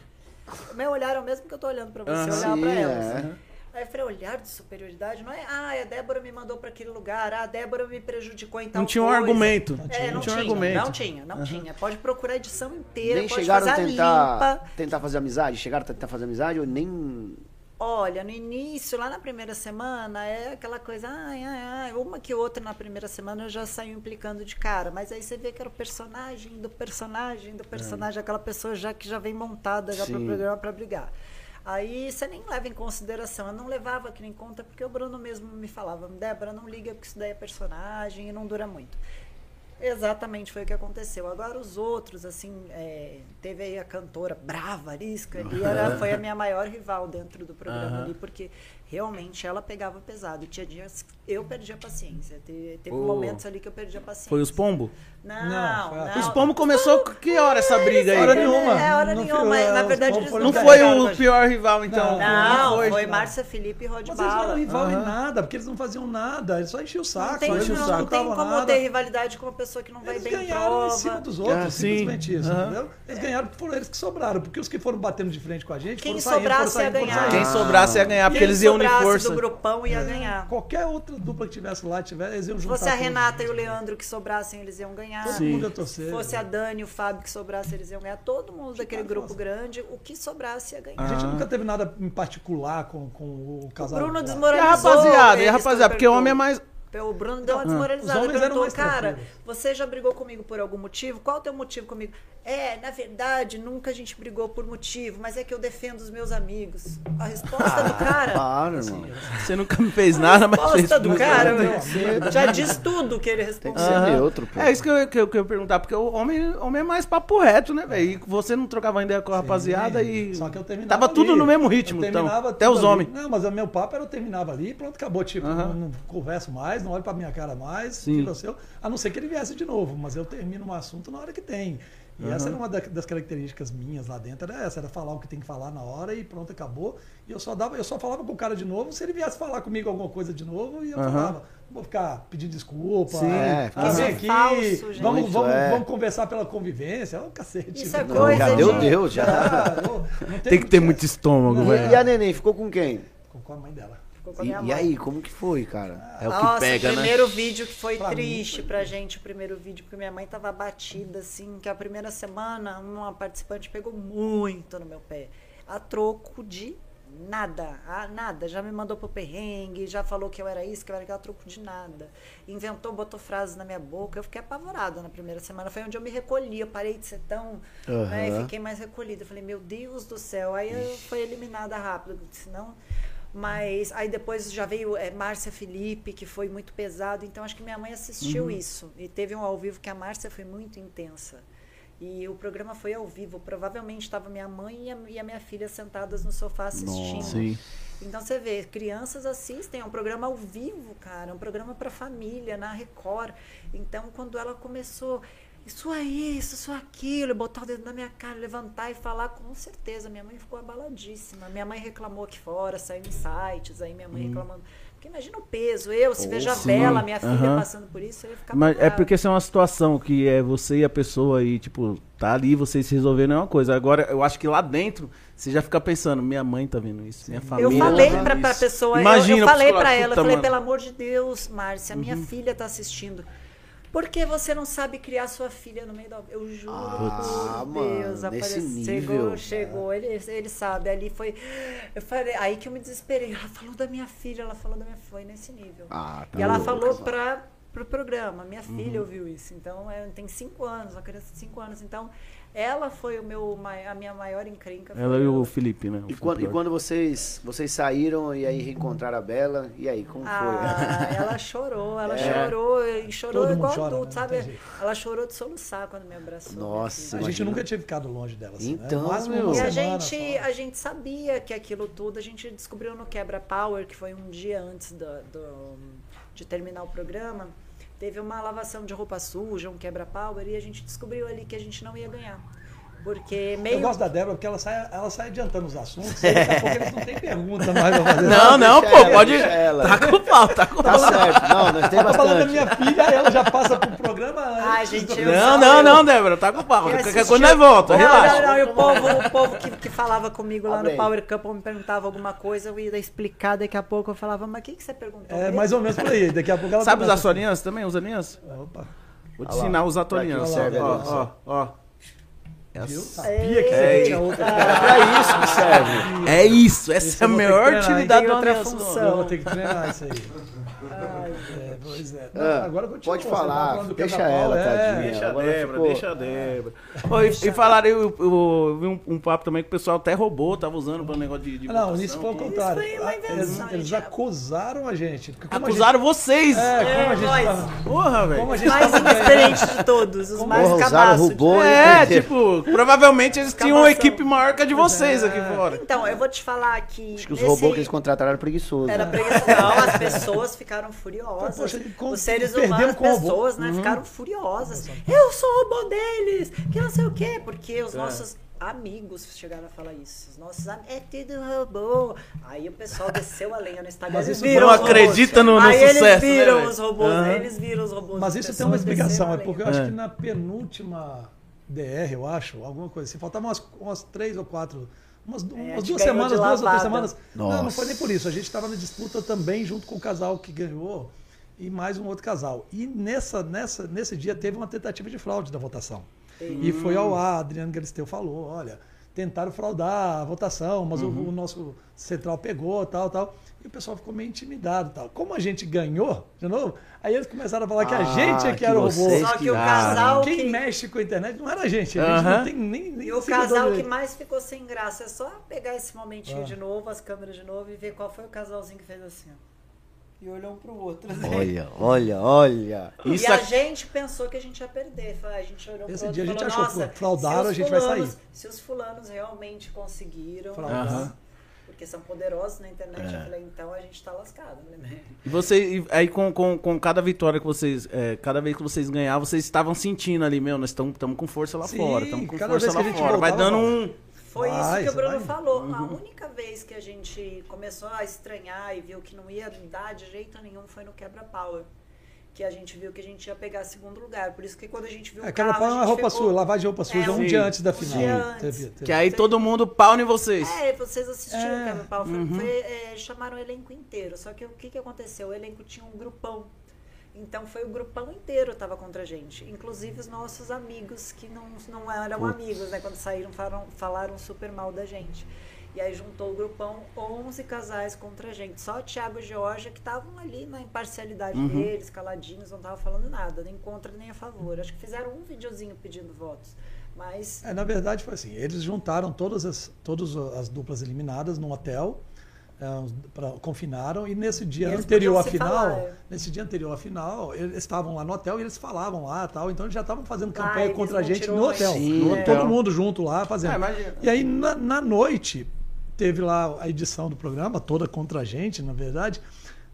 A: O meu olhar é o mesmo que eu tô olhando pra você,
D: Aham.
A: eu olhava pra
B: Sim,
A: elas.
B: é.
A: Aí eu falei, olhar de superioridade não é, ah, a Débora me mandou pra aquele lugar, ah, a Débora me prejudicou em tal
D: Não tinha um
A: coisa."
D: argumento.
A: É, não, tinha,
D: um argumento.
A: Não tinha, não tinha. Pode procurar a edição inteira,
B: Nem
A: pode
B: chegaram a
A: fazer a limpa.
B: tentar, tentar fazer amizade? Chegaram a tentar fazer amizade ou nem.
A: Olha, no início, lá na primeira semana, é aquela coisa, ai, ai, ai, uma que outra na primeira semana eu já saio implicando de cara. Mas aí você vê que era o personagem do personagem do personagem, aquela pessoa já que já vem montada já para o
B: Sim.
A: programa para brigar. Aí você nem leva em consideração, eu não levava aquilo em conta porque o Bruno mesmo me falava, Débora, não liga porque isso daí é personagem e não dura muito. Exatamente foi o que aconteceu. Agora os outros, assim, é, teve aí a cantora brava, arisca, e era, foi a minha maior rival dentro do programa ali, porque realmente ela pegava pesado. Tinha dias que eu perdi a paciência. Te- Teve,
D: Oh.
A: momentos ali que eu perdi a paciência.
D: Foi os pombo?
A: Não,
C: Não,
A: não.
C: foi a-
D: Os pombo começou com que hora essa briga aí?
C: Hora nenhuma.
A: É, hora
C: Não
A: nenhuma.
C: foi-
A: na
C: os
A: verdade,
C: povos
A: eles
C: foram
D: Não
A: nunca
D: foi
A: brigaram com a
D: o
A: gente.
D: pior rival, então.
A: Não,
C: Não
A: foi
C: foi, não.
A: Márcia Felipe e Rod
C: Mas eles não eram
A: Bala.
C: rival nem nada, porque eles não faziam nada, eles só enchiam o saco,
A: Não tem,
C: só
A: não,
C: enchiam o
A: não
C: saco,
A: tem
C: não
A: como
C: nada.
A: ter rivalidade com uma pessoa que não vai
C: Eles
A: bem em
C: ganharam
A: prova.
C: em cima dos outros,
B: Ah, sim.
C: simplesmente isso,
D: Aham.
C: entendeu? Eles ganharam porque foram eles que sobraram, porque os que foram batendo de frente com a gente,
A: Quem
C: foram saindo, foram
A: sobrasse ia
C: saindo, foram
A: ganhar.
C: saindo.
D: Quem sobrasse ia ganhar, É, porque
A: Quem
D: eles iam unir
A: sobrasse
D: força.
A: do grupão ia ganhar.
C: Qualquer outra dupla que tivesse lá, tiver, eles iam
A: Se
C: juntar.
A: fosse a
C: todos.
A: Renata e o Leandro que sobrassem, eles iam ganhar.
C: Todo mundo ia torcer.
A: Se fosse a Dani e o Fábio que sobrassem, eles iam ganhar. Todo mundo daquele grupo grande, o que sobrasse ia ganhar.
C: A
B: Ah.
C: gente nunca teve nada em particular com, com o casal.
A: Bruno
D: E
A: desmoralizou.
D: a rapaziada, e a
A: eles
D: rapaziada, porque o
A: quando
D: homem é mais.
A: perguntou. O Bruno deu uma desmoralizada.
C: Ah. Os homens eram
A: perguntou,
C: mais
A: cara,
C: tranquilos.
A: você já brigou comigo por algum motivo? Qual o teu motivo comigo? É, na verdade, nunca a gente brigou por motivo, mas é que eu defendo os meus amigos. A resposta
B: Ah.
A: do cara.
B: Para, irmão.
D: Você nunca me fez nada, mas.
A: a resposta
D: fez
A: do
D: tudo.
A: cara
C: Não,
A: velho, já diz tudo que ele respondeu.
B: Tem que ser
D: Aham.
B: neutro, pô.
D: É isso que eu, que, eu, que eu ia perguntar, porque o homem, homem é mais papo reto, né, velho? E você não trocava ideia com a rapaziada e.
C: Só que eu terminava.
D: Tava tudo
C: ali.
D: no mesmo
C: Eu
D: ritmo, então.
C: terminava
D: Até
C: tudo
D: os
C: ali.
D: homens.
C: Não, mas o meu papo era eu terminava ali e pronto, acabou. Tipo, não, não converso mais, mais, não olha pra minha cara mais,
D: Sim.
C: fica o seu. A não ser que ele viesse de novo, mas eu termino um assunto na hora que tem. E essa era uma da- das características minhas lá dentro, era essa, era falar o que tem que falar na hora e pronto, acabou. E eu só dava, eu só falava com o cara de novo, se ele viesse falar comigo alguma coisa de novo, e eu
D: Aham.
C: falava, "Não vou ficar pedindo desculpa,
D: Sim.
C: é,
B: Aham.
C: vem
A: Isso é
C: aqui,
A: falso, gente.
C: vamos,
B: Muito,
C: vamos,
B: é.
C: vamos conversar pela convivência, é um cacete.
A: Isso é
C: Não,
A: coisa
B: já
A: de-
B: deu Deus, já.
C: Ah, não- não
D: Tem que ter muito estômago,
B: E, e
D: velho.
B: a neném, ficou com quem?
C: Com- Com a mãe dela.
A: Ficou com a
B: E,
A: minha
B: e
A: mãe.
B: aí, como que foi, cara?
D: É o que
A: Nossa,
D: pega,
A: o
D: né?
A: primeiro vídeo que foi
C: Pra mim,
A: triste
C: foi
A: pra gente, o primeiro vídeo, porque minha mãe tava abatida, assim, que a primeira semana uma participante pegou muito no meu pé. A troco de nada, a nada. Já me mandou pro perrengue, já falou que eu era isso, que eu era aquela troco de nada. Inventou, botou frases na minha boca. Eu fiquei apavorada na primeira semana. Foi onde eu me recolhi, eu parei de ser tão. né,
B: Aham.
A: fiquei mais recolhida. Eu Falei, meu Deus do céu. Aí eu fui eliminada rápido, senão. Mas aí depois já veio é, Márcia Felipe, que foi muito pesado. Então acho que minha mãe assistiu isso. E teve um ao vivo que a Márcia foi muito intensa. E o programa foi ao vivo. Provavelmente estava minha mãe e a, e a minha filha sentadas no sofá assistindo.
D: Sim.
A: Então você vê, crianças assistem, é um programa ao vivo, cara, é um programa para família, na Record. Então quando ela começou, isso é isso, isso é aquilo, botar o dedo na minha cara, levantar e falar, com certeza, minha mãe ficou abaladíssima. Minha mãe reclamou aqui fora, saiu em sites, aí minha
D: Hum.
A: mãe reclamando. Porque imagina o peso, eu, se veja a
D: sim,
A: vela, minha filha
D: aham.
A: passando por isso, eu ia ficar
D: Mas é
A: apavorada.
D: porque essa é uma situação que é você e a pessoa e, tipo, tá ali, vocês se resolveram é uma coisa. Agora, eu acho que lá dentro, você já fica pensando, minha mãe tá vendo isso, minha
A: Eu
D: família
A: falei
D: tá vendo
A: pra,
D: isso.
A: pra pessoa, eu-
D: Imagina,
A: eu, falei pra ela,
D: psicólogo,
A: eu
D: puta,
A: falei,
D: mano.
A: pelo amor de Deus, Márcia, minha filha tá assistindo. Por que você não sabe criar sua filha no meio da. Eu juro
B: Ah,
A: por Deus,
B: mano, nesse
A: apareceu.
B: nível.
A: Chegou, chegou. Ele, ele sabe. Ali foi. Eu falei, aí que eu me desesperei. Ela falou da minha filha, ela falou da minha. Foi nesse nível.
B: Ah, tá
A: e ela
B: louco,
A: falou
B: mano.
A: para pro programa. Minha filha ouviu isso. Então, é, tem cinco anos, uma criança de cinco anos. Então, ela foi o meu, mai- a minha maior encrenca. foi
D: Ela e o Felipe, né? O
B: E
D: Felipe
B: quando, e
D: Lopes.
B: quando vocês, vocês saíram e aí reencontraram a Bela, e aí, como
A: Ah, ela chorou, ela
B: É.
A: chorou, e chorou
C: Todo mundo
A: igual
C: chora,
A: adulto,
C: né?
A: sabe?
C: Não tem jeito.
A: Ela chorou de soluçar quando me abraçou. minha
B: Nossa,
A: filha.
C: A gente
B: Imagina.
C: nunca tinha ficado longe dela. Assim, né?
B: Então,
C: No máximo
B: meu.
C: uma
A: E a
C: semana
A: gente,
C: só.
A: a gente sabia que aquilo tudo, a gente descobriu no Quebra Power, que foi um dia antes do, do- de terminar o programa, teve uma lavação de roupa suja, um Quebra Power, e a gente descobriu ali que a gente não ia ganhar. Porque meio.
C: Eu gosto da Débora porque ela sai, ela sai adiantando os assuntos. e Daqui a pouco eles não têm pergunta mais pra fazer.
D: Não, não,
B: Deixa
D: pô,
B: ela,
D: pode.
B: deixa ela.
D: Tá com pau, tá com
B: foi? Tá
D: pau.
B: certo, não, nós
C: Ela
B: temos
C: tá falando da
B: bastante.
C: minha filha, aí ela já passa pro programa.
A: Ai,
C: antes
A: gente,
C: do-
A: eu- É,
D: Não, não, não, Débora, tá com pau.
A: Eu
D: Qualquer
A: assistia-
D: coisa nós volta,
A: Não,
D: relaxa.
A: Não, não, e o povo, o povo que, que falava comigo lá
B: Abre aí.
A: no Power Couple me perguntava alguma coisa, eu ia explicar daqui a pouco. Eu falava, mas o que, que você perguntou?
C: É
A: mesmo?"
C: mais ou menos por aí. Daqui a pouco ela
D: Sabe usar
C: começa.
D: sua aliança também? Usa aliança?
C: Opa.
D: Vou
B: Olha
D: te
B: lá.
D: ensinar a usar a
C: tá
D: tua
B: Pra que
D: aliança.
B: serve a
D: Ó,
B: aliança?
D: ó, ó. É
C: Viu?
D: assim.
C: Sabia que
A: É
C: você tinha outra.
B: Pra É isso que serve.
D: É isso, essa
C: Esse
D: é
C: eu
D: a
C: vou ter que
D: melhor
C: treinar, hein?
D: utilidade
A: Tem
D: da
A: outra
D: outra função.
A: função.
C: Eu vou ter que treinar isso aí. É, pois é. Não,
B: Ah,
C: agora eu continuo,
B: pode
C: você tava
B: falar,
C: falando do
B: deixa
C: quebra-pau,
B: ela,
C: é.
B: tadinha.
D: Deixa a
B: Agora
D: Débora,
B: ficou-
D: deixa a Débora. Ô, e, e falaram, eu, eu- eu vi um, um papo também que o pessoal até roubou, tava usando pra um negócio de. de
C: Ah, Não,
D: votação.
C: isso foi ao contrário.
A: foi uma
C: Ah, eles,
A: invenção,
C: eles
A: gente.
C: acusaram a gente. porque como a gente-
D: Acusaram vocês!
C: É,
A: É,
C: como a gente
A: nós.
C: tava-
D: Porra,
C: como a
D: velho.
C: gente
A: mais
C: tava
A: inexperiente de todos, os mais
B: Porra, usaram
A: cabaços.
B: rubor.
D: É, tipo, provavelmente eles tinham uma
A: Acabação.
D: equipe maior que a de
C: é.
D: vocês aqui fora.
A: Então, eu vou te falar que.
B: Acho que os
A: nesse-
B: robôs que eles contrataram eram preguiçosos.
A: Era
B: né?
A: preguiça. Não, as pessoas ficaram furiosas.
C: Poxa, como-
A: Os seres
C: perdemos
A: humanos, as
C: com o robô.
A: pessoas, né? Ficaram furiosas. Eu sou o robô deles, que não sei o quê. Porque os nossos amigos chegaram a falar isso. Os nossos amigos. É tudo robô. Aí o pessoal desceu a lenha no Instagram.
C: Mas
A: eles
C: isso
A: viram
D: não
A: os robôs.
D: acredita no- no
A: Aí
D: sucesso,
A: eles viram
D: né,
A: os robôs.
D: velho?
A: Eles viram os robôs.
C: Mas
A: as
C: isso tem uma
A: pessoas desceram
C: explicação,
A: a
C: é
A: lenha.
C: porque eu acho
D: É.
C: que na penúltima DR, eu acho, alguma coisa assim, faltavam umas, umas três ou quatro, umas, du-
A: É,
C: umas
A: te ganhou
C: duas semanas,
A: de
C: duas ou
A: lavada.
C: três semanas. Não, não foi
B: Nossa.
C: nem por isso. A gente estava na disputa também junto com o casal que ganhou e mais um outro casal. E nessa, nessa, nesse dia teve uma tentativa de fraude da votação. E foi ao ar, Adriano Galisteu falou, olha, tentaram fraudar a votação, mas o-
A: Uhum.
C: o, nosso central pegou, tal, tal. E o pessoal ficou meio intimidado, tal. Como a gente ganhou, de novo, aí eles começaram a falar que a
B: Ah,
C: gente é que
B: que
C: era o robô.
B: vocês
A: Só que o
B: Ah,
A: casal
C: Quem
A: que-
C: mexe com a internet não era a gente. A gente
D: Aham.
C: não tem nem. nem
A: E o
C: se ligou
A: casal que
C: direito.
A: mais ficou sem graça é só pegar esse momentinho
C: Ah.
A: de novo, as câmeras de novo e ver qual foi o casalzinho que fez assim. ó. E olhou um pro outro.
C: né?
A: assim.
B: Olha, olha, olha.
A: e
D: Isso
A: a
D: aqui-
A: gente pensou que a gente ia perder. Fala, A gente olhou
C: Esse
A: pro outro
C: dia a
A: e
C: gente
A: falou,
C: achou,
A: nossa,
C: pô, fraudaram,
A: se os
C: a gente vai
A: fulanos-
C: sair."
A: Se os fulanos realmente conseguiram.
C: Fraudaram.
A: nós- Porque são poderosos na internet.
D: É.
A: Eu falei, então a gente tá lascado, né?
D: E você, e aí com, com, com cada vitória que vocês, é, cada vez que vocês ganhavam, vocês estavam sentindo ali, meu, nós estamos com força lá
C: Sim,
D: fora, estamos com
C: cada
D: força
C: vez que
D: lá
C: a gente
D: fora. Vai
C: voltava,
D: dando um.
A: Foi
C: Vai,
A: isso que o Bruno
C: vai.
A: falou. A única vez que a gente começou a estranhar e viu que não ia dar de jeito nenhum foi no Quebra Power. Que a gente viu que a gente ia pegar segundo lugar. Por isso que quando a gente viu
C: É,
A: o carro,
C: quebra pau é uma
A: a gente
C: roupa
A: ficou-
C: sua, lavagem de roupa suja um
D: Sim.
C: dia antes da
A: um
C: final.
A: dia antes.
C: Teve- teve.
D: Que aí todo mundo pau em vocês.
A: É, vocês assistiram
C: É,
A: o Quebra Pau. Foi- foi, é, chamaram o elenco inteiro. Só que o que, que aconteceu? O elenco tinha um grupão. Então foi o grupão inteiro que tava contra a gente. Inclusive os nossos amigos que não, não eram amigos, né? Quando saíram, falaram, falaram super mal da gente. E aí juntou o grupão 11 casais contra a gente. Só Thiago e Georgia que estavam ali na imparcialidade deles, caladinhos, não estavam falando nada, nem contra nem a favor. Acho que fizeram um videozinho pedindo votos. Mas
C: É, na verdade foi assim, eles juntaram todas as, todas as duplas eliminadas num hotel, é, uns- pra- confinaram e nesse dia
A: Eles
C: anterior
A: podiam
C: à
A: se
C: final,
A: falar, é.
C: nesse dia anterior à final, eles estavam lá no hotel e eles falavam lá tal, então eles já estavam fazendo campanha
A: Ah, eles
C: contra
A: não
C: a gente
A: tirou
C: no
A: mais.
C: hotel,
B: Sim,
C: No-
B: é.
C: todo mundo junto lá
D: Ah,
C: fazendo.
D: imagina.
C: e aí na, na noite teve lá a edição do programa toda contra a gente, na verdade.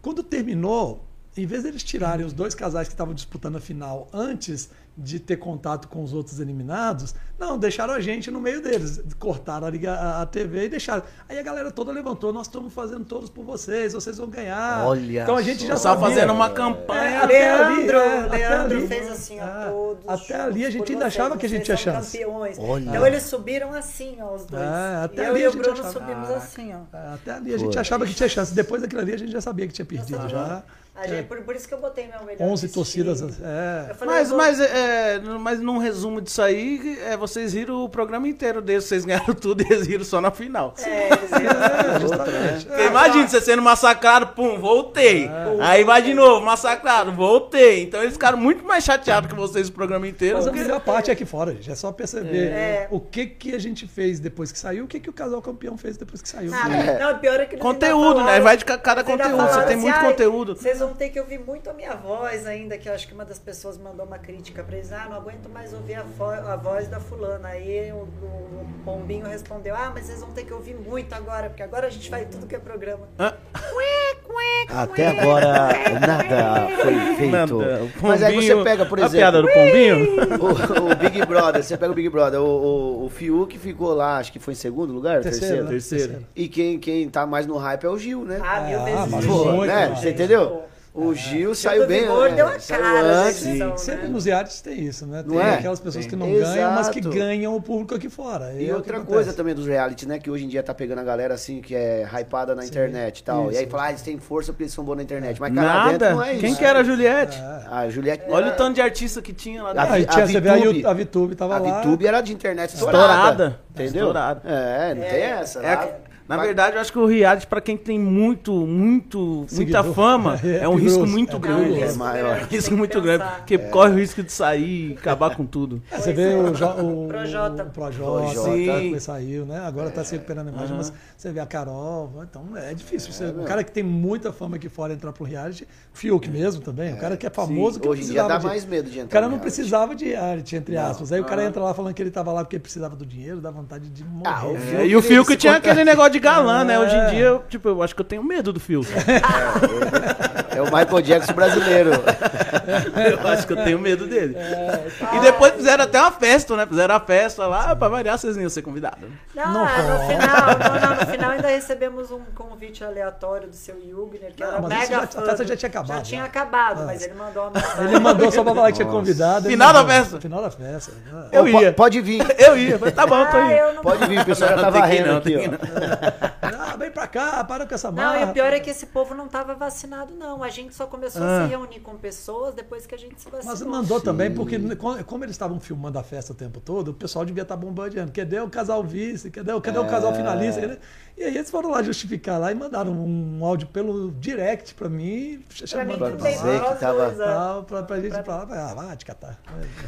C: Quando terminou, em vez deles tirarem os dois casais que estavam disputando a final antes de ter contato com os outros eliminados, não, deixaram a gente no meio deles, cortaram a, liga- a- a TV e deixaram. Aí a galera toda levantou, nós estamos fazendo todos por vocês, vocês vão ganhar.
B: Olha
C: então a gente
B: só.
C: já
D: Só
C: sabia.
D: fazendo uma
C: É,
D: campanha.
C: até
A: Leandro,
C: ali, é, até
A: Leandro
C: ali.
A: fez assim, ó,
C: É,
A: todos.
C: até ali a gente
A: por
C: ainda
A: vocês,
C: achava que a gente
A: vocês
C: tinha
A: são
C: chance.
A: Campeões.
B: Olha.
A: Então eles subiram assim, ó, os dois.
C: É, até
A: e eu
C: ali
A: e
C: a
A: o
C: gente
A: Bruno
C: achava. Ah,
A: subimos assim, ó.
C: É, Até ali a gente
B: Foi.
C: achava que tinha chance. Depois daquilo ali a gente já sabia que tinha perdido já.
A: A gente- por, por isso que eu botei meu melhor.
C: 11
A: vestido.
C: é. torcidas. É.
A: Eu falei,
D: Mas,
A: eu vou-
D: mas, é, mas num resumo disso aí, é, vocês riram o programa inteiro deles, vocês ganharam tudo e eles riram só na final.
A: É, eles viram.
C: É, justamente.
D: Porque imagina você sendo massacrado, pum, voltei.
C: É.
D: Aí vai de novo, massacrado, voltei. Então eles ficaram muito mais chateados que vocês o programa inteiro.
C: Mas a
D: porque-
C: melhor parte é aqui fora, gente. É só perceber
A: É.
C: o que, que a gente fez depois que saiu, o que, que o casal campeão fez depois que saiu.
A: Nada. Não, o pior é que eles ainda
D: Conteúdo, né?
A: falaram-
D: Vai de ca- cada
A: eles ainda
D: conteúdo. Você
A: falaram
D: tem
A: assim,
D: muito
A: "Ai,
D: conteúdo.
A: Vocês vão ter que ouvir muito a minha voz ainda, que eu acho que uma das pessoas mandou uma crítica pra eles. Ah, não aguento mais ouvir a, fo- a voz da fulana. Aí o, o- o Pombinho respondeu, ah, mas vocês vão ter que ouvir muito agora, porque agora a gente vai tudo que é programa.
D: Hã?
A: Cué, cué, cué.
B: Até agora, nada foi feito.
D: Nada. O
B: Mas aí você
D: Pombinho-
B: pega, por
D: A piada
B: exemplo,
D: do Pombinho?
B: o, o Big Brother. Você pega o Big Brother. O, o, o Fiuk ficou lá, acho que foi em segundo lugar, terceiro.
C: né?
D: terceiro.
B: E quem, quem tá mais no hype é o Gil, né?
A: Ah, mil
C: Ah,
A: vezes.
C: mas
A: isso,
B: Pô,
C: muito,
B: né?
C: né?
B: Você entendeu? O Gil saiu
A: do
B: bem.
A: Vigor
B: né?
A: deu a
B: Saiu
A: cara da
B: antes.
A: edição. Então,
C: Sempre
A: né?
C: nos reality tem isso, né? Tem
B: Não é?
C: aquelas pessoas
D: Tem.
C: que não ganham, mas que
B: Exato.
C: ganham o público aqui fora.
B: E
C: É o que
B: outra
C: acontece.
B: coisa também dos reality, né? Que hoje em dia tá pegando a galera assim, que é hypada na internet e tal. E aí
C: Isso.
B: fala, ah, eles têm força porque eles são bons na internet. Mas cara, lá dentro
D: Nada.
B: não é isso. É.
D: Quem que era a Juliette?
B: A Juliette.
D: Olha o tanto de artista que tinha lá dentro.
C: Ah, e
B: A
C: tinha, você vê a
B: VTube.
C: Yu- a VTube tava
B: A
C: lá.
B: VTube era de internet estourada.
D: Estourada.
B: Entendeu?
D: Estourada.
B: É, não tem essa.
D: É,
B: lá-
D: na
B: vai-
D: verdade, eu acho que o reality, pra quem tem muito, muito,
C: Seguidor.
D: muita fama,
C: É,
D: é, um risco
C: perigoso.
D: muito
C: É
D: grande.
B: perigoso. maior.
A: grande,
D: É um risco
A: tem que
D: muito grande,
A: pensar.
D: porque corre o risco de sair e acabar com tudo.
C: É, você vê o, jo, o
A: Projota.
C: o Projota,
B: Projota.
C: que saiu, né? Agora tá se recuperando a imagem, mas você vê a Carol, então é difícil. Você- um cara que tem muita fama aqui fora entrar pro reality, Fiuk mesmo também, o cara que é famoso que não
B: Hoje em dia
C: precisava
B: dá
C: de-
B: mais medo de entrar.
C: O cara não
B: no reality.
C: precisava de reality, entre aspas. Aí o cara
D: Ah.
C: entra lá falando que ele tava lá porque precisava do dinheiro, dá vontade de morrer.
B: Ah, o
C: né?
D: É, e o
B: Fiuk, ele
D: Fiuk
B: se
D: tinha
B: contra-
D: aquele negócio de galã, né? Hoje
C: É.
D: em dia, eu, tipo, eu acho que eu tenho medo do Fiuk.
B: É o Michael Jackson brasileiro.
D: eu acho que eu tenho medo dele. E depois fizeram até uma festa, né? Fizeram a festa lá, pra variar, vocês nem iam ser convidados.
A: Não,
C: Não
A: ah, no
C: foi.
A: final, não, não, no final ainda recebemos um convite aleatório do seu Jugner, que
C: Não,
A: era
C: mas
A: mega
C: isso já-
A: fã
C: a festa
A: do-
C: já tinha acabado,
A: Já tinha
C: né?
A: acabado, mas ele mandou uma mensagem.
C: Ele mandou só pra falar que tinha convidado. ele
D: Final da
C: mandou.
D: festa.
C: Final da festa. Ah.
D: Eu
B: Ô, po-
D: ia.
B: Pode vir.
D: Eu ia, falei, tá bom, tô
A: ah,
D: indo.
A: eu não
B: Pode vir, o pessoal já tá
D: Não, tem que
B: varrendo
D: não,
B: aqui,
D: tem que
B: ó.
C: Ah, vem pra cá, para com essa
A: Não,
C: marra.
A: e o pior é que esse povo não estava vacinado, não. A gente só começou a se reunir com pessoas depois que a gente se vacinou.
C: Mas mandou também, porque co- como eles estavam filmando a festa o tempo todo, o pessoal devia estar bombardeando. Cadê o casal vice? Cadê, o- cadê o casal finalista? Cadê? E aí eles foram lá justificar lá e mandaram um áudio pelo direct pra mim, ch-
A: Pra mim
C: chamando pra,
A: tudo
B: Pra
A: bem,
B: dizer
A: pra
B: que
A: nós
B: tava-
A: dois, é.
C: lá, pra, pra gente ir pra lá. Ah, vai te catar.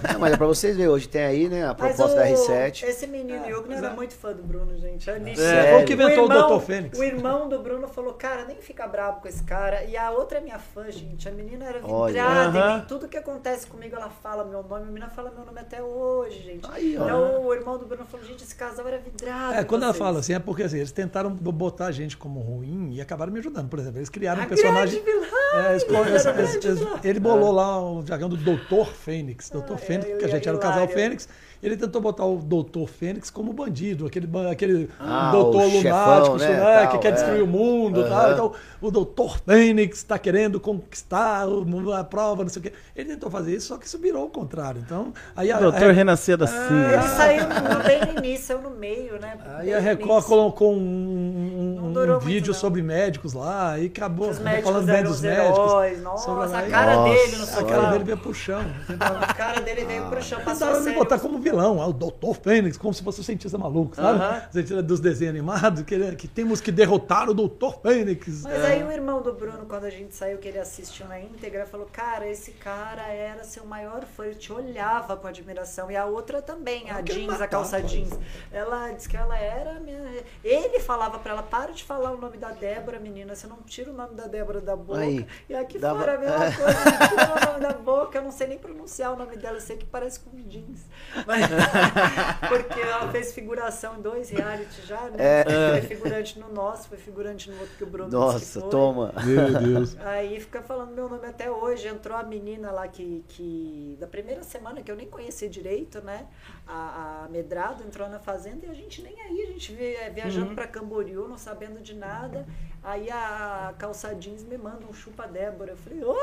A: Tá
B: Não, mas é pra vocês verem hoje. Tem aí, né? A
A: Mas
B: proposta da R7.
A: Esse menino Jugner era muito fã do Bruno, gente. É, nicho.
B: É,
C: é. foi o que inventou o
A: irmão-
C: Dr. Fênix.
A: O irmão do Bruno falou, cara, nem fica brabo com esse cara. E a outra é minha fã, gente. A menina era
B: Olha.
A: vidrada em
D: Aham.
A: mim. Tudo que acontece comigo, ela fala meu nome. A menina fala meu nome até hoje, gente.
B: Aí, ó.
A: então o irmão do Bruno falou, gente, esse casal era vidrado.
C: É,
A: em
C: quando ela
A: vocês.
C: fala assim, é porque assim, eles tentaram botar a gente como ruim e acabaram me ajudando. Por exemplo, eles criaram
A: A
C: um personagem.
A: grande vilã!
C: É, eles- eles-
A: Era o grande
C: eles-
A: vilão.
C: ele bolou lá o jargão do Doutor Fênix. Doutor
A: Ah,
C: Fênix,
A: é,
C: porque a
A: ele é
C: gente era o casal
A: hilário.
C: Fênix. e Ele tentou botar o Doutor Fênix como bandido, aquele, ba- aquele
B: Ah,
C: doutor
B: o chefão,
C: lunático,
B: né,
C: né, que
B: tal,
C: quer
B: é.
C: destruir o mundo.
B: Aham.
C: Tal, então, o Doutor Fênix está querendo conquistar o mundo, a prova, não sei o quê. Ele tentou fazer isso, só que isso virou o contrário. Então, aí a,
D: O doutor assim,
C: a-
D: renascer da cinza.
A: Ele saiu no- bem no início, saiu no meio, né?
C: Aí
A: Bem
C: a
A: no
C: Record
A: início.
C: colocou um, um-
A: Não
C: um
A: durou muito,
C: vídeo
A: não.
C: sobre médicos lá e acabou
A: Os
C: falando
A: médicos
C: bem
A: eram
C: dos
A: os
C: médicos.
A: heróis.
C: sobre
A: Nossa, a
C: lá.
A: cara
B: Nossa,
A: dele no
C: A cara dele
A: sofá.
C: veio pro chão.
A: A cara dele veio pro chão, passou a
C: Tentaram me
A: ser
C: botar como vilão, ah, o Dr. Fênix, como se fosse um cientista maluco, sabe?
D: Aham.
C: Cientista é dos desenhos animados, que, ele- é, que temos que derrotar o Dr. Fênix.
B: É.
C: É.
A: Mas é aí o irmão do Bruno, quando a gente saiu, que ele assistiu na íntegra, falou: Cara, esse cara era seu maior fã, ele te olhava com admiração. E a outra também,
B: Ah,
A: a
C: Eu quero
A: jeans,
C: matar,
A: a calça
C: rapaz.
A: jeans. Ela disse que ela era. Minha... Ele falava pra ela: Para de falar o nome da Débora, menina, você não tira o nome da Débora da boca.
B: Aí,
A: e aqui
B: dava- É.
A: fora a mesma coisa, não tira o nome da boca, eu não sei nem pronunciar o nome dela, eu sei que parece com jeans. Mas- Porque ela fez figuração em dois reality já, né?
B: É.
A: Foi figurante no nosso, foi figurante no outro que o Bruno disse que
B: Nossa,
A: foi.
B: toma.
C: Meu Deus.
A: Aí fica falando meu nome até hoje. Entrou a menina lá que, que da primeira semana, que eu nem conhecia direito, né? A, a Medrado entrou na fazenda e a gente nem aí, a gente vi- eh, viajando
D: Uhum.
A: pra Camboriú, não sabendo de nada. Aí a calça jeans me manda um chupa Débora. Eu falei, ô!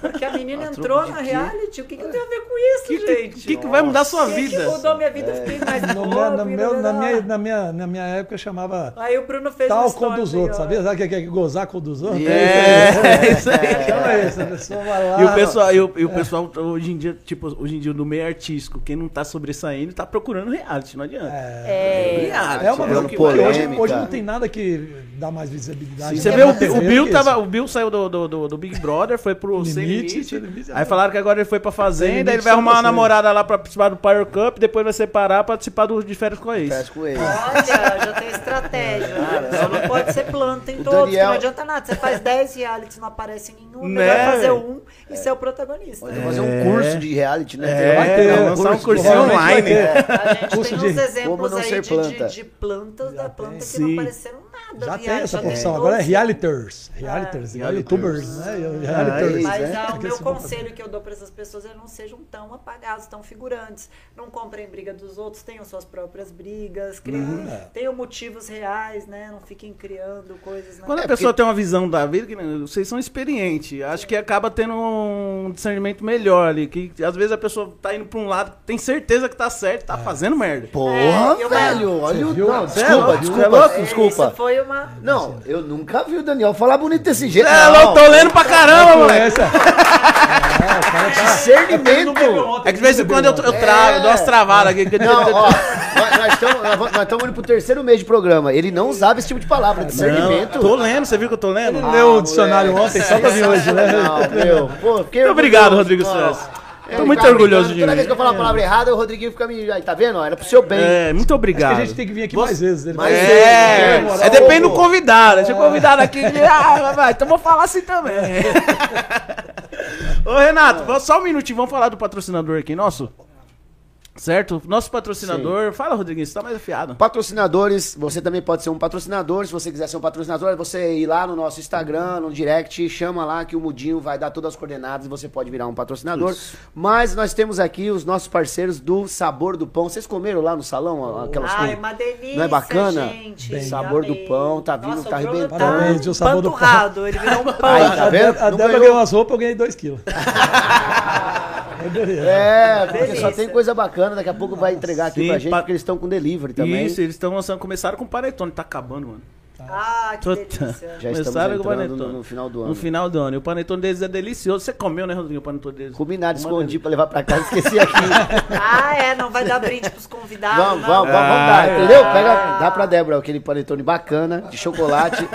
A: porque a menina
B: A troco
A: entrou
B: de
A: na
B: quê?
A: reality, o que, que eu tenho a ver com isso,
D: que, que,
A: gente?
D: que que vai mudar a sua
A: O que que
D: vida? é
A: mudou minha vida? Eu fiquei
B: É.
A: mais
C: No
A: pobre, blá, blá,
C: meu- no meu- na, minha,
A: blá.
C: na, minha, na minha época chamava
A: Aí o Bruno fez um
C: tal com
A: story
C: dos outros,
A: aí, ó.
C: sabia? Sabe o que é que é gozar com dos outros?
D: É, isso aí.
C: Chama isso, a pessoa vai lá.
D: E o pessoal, e o, e o pessoal hoje em dia, tipo, hoje em dia no meio artístico, quem não tá sobressaindo tá procurando reality, não adianta.
A: É.
D: Reality,
C: É uma
D: o
C: coisa
D: que
C: que hoje,
D: vai.
B: polêmica.
C: hoje não tem nada que dá mais visibilidade.
D: Você
C: na
D: vê o,
C: TV
D: o
C: do
D: Bill
C: é que
D: tava,
C: isso.
D: o Bill saiu do, do, do- do Big Brother, foi pro
C: Sem
D: Sem
C: Limite,
D: Limite.
C: Sem Limite, é.
D: aí falaram que agora ele foi pra
C: Sem
D: fazenda,
C: Limite
D: ele vai
C: só
D: arrumar uma
C: você.
D: namorada lá pra participar do Power Cup, depois vai separar pra participar do de férias com eles.
B: Parece com ele.
A: Olha, já tem estratégia. Só não pode ser planta em
B: É, O
A: todos, que
B: Daniel-
A: não adianta nada. Você faz 10 realities, não aparece em nenhum,
D: Né?
A: vai fazer um
B: É.
A: e ser o protagonista.
B: Vai fazer um curso de reality, né?
D: É,
B: Vai
C: ter,
D: não, lançar um
C: curso,
D: cursinho
C: provavelmente vai
D: online.
C: ter.
A: A gente
C: Curso
A: tem uns
C: de
B: como
A: exemplos
B: não
A: aí
B: ser
A: de,
B: planta.
A: de- de plantas da planta que
D: Sim.
A: não apareceram nada.
C: Já
A: no
C: tem
A: reality,
C: essa
A: já tem
C: profissão,
A: doze.
C: agora é realiters.
B: Ah,
C: Realiters, igual youtubers, né? é Realiters.
B: Mas,
A: Mas
B: né?
A: ah, o
C: Porque
A: meu
C: se for
A: conselho que eu dou para essas pessoas é não sejam tão apagados, tão figurantes. Não comprem briga dos outros, tenham suas próprias brigas, criem, tenham motivos reais, né? Não fiquem criando coisas. Né?
D: Quando a
B: É,
D: pessoa tem uma visão da vida, que, né, vocês são experientes. Acho que acaba tendo um discernimento melhor ali. Que às vezes a pessoa tá indo pra um lado, tem certeza que tá certo,
B: É.
D: tá fazendo merda.
B: Porra,
A: É, eu-
B: velho. Olha o.
C: viu?
B: Não,
C: Você é
B: desculpa,
D: louco,
B: desculpa,
D: você é louco?
B: desculpa.
A: Isso foi uma.
B: Não, eu nunca vi o Daniel falar bonito desse jeito.
D: É,
B: não.
D: louco, tô lendo pra caramba, moleque.
C: Conhece? Ah, o cara tá-
B: Discernimento.
D: É que de vez em quando eu, eu trago,
B: É.
D: dou umas travadas aqui. que-
B: Não, ó, nós- nós estamos nós estamos indo pro terceiro mês de programa. Ele não usava esse tipo de palavra, discernimento.
D: tô lendo, você viu que eu tô lendo? Ah,
C: Ele leu o dicionário ontem, só pra vir hoje, né?
B: Não, meu. Pô, que
D: Muito obrigado, Rodrigo
B: orgulhoso,
D: Santos.
B: É,
D: Tô muito
B: fica
D: orgulhoso
B: brigando.
D: de
B: Toda
D: mim.
B: vez que eu falo uma palavra errada, o Rodriguinho fica me. Aí, tá vendo? Era pro seu bem.
D: É, muito
C: A
D: obrigado.
C: gente tem que vir aqui mais vezes. Ele
B: Mas-
C: vai-
D: É,
B: Vai,
D: é
B: moral,
D: depende do
B: pô. É.
D: convidado. Se o convidado aqui, ele, ah, vai, então vou falar assim também. Ô, Renato, vamos- só um minutinho, vamos falar do patrocinador aqui nosso. Certo? Nosso patrocinador. Fala, Rodriguinho, você tá mais afiado.
B: Patrocinadores, você também pode ser um patrocinador. Se você quiser ser um patrocinador, é você ir lá no nosso Instagram, no direct, chama lá que o Mudinho vai dar todas as coordenadas e você pode virar um patrocinador. Mas nós temos aqui os nossos parceiros do Sabor do Pão. Vocês comeram lá no salão aquelas
A: Ai,
B: coisas?
A: uma delícia.
B: Não é bacana?
A: Gente,
B: Bem. Sabor do pão, tá vindo, tá arrebentando.
C: Parabéns,
A: Parabéns,
C: viu, sabor do pão.
A: Ele virou um pão.
B: Aí,
C: A
B: tá
C: Dé-
B: vendo?
C: a
B: Não
C: Débora
B: ganhou.
C: ganhou umas roupas, eu ganhei 2 quilos. né? Adorei.
B: É, porque só
A: tá Delícia.
B: tem coisa bacana, daqui a pouco vai entregar aqui
D: Sim,
B: pra gente,
D: pa-
B: porque eles estão com delivery também.
D: Isso, eles estão lançando, começaram com o Panetone, tá acabando, mano.
A: Ah, que
D: Tô-
A: delícia.
B: Já estamos
D: Começaram com o
B: entrando no,
D: Panetone.
B: no final do ano.
D: No final do ano. E o Panetone deles é delicioso. Você comeu, né, Rodrigo, o Panetone deles?
B: Combinado,
D: Uma
B: escondi pra levar pra casa, esqueci aqui.
A: Ah, é, não vai dar brinde pros convidados.
B: Vamos, vamos,
A: não.
B: vamos, vamos
C: Ah,
A: é.
B: dar, entendeu?
C: é.
B: Pega, dá pra Débora aquele panetone bacana, de chocolate.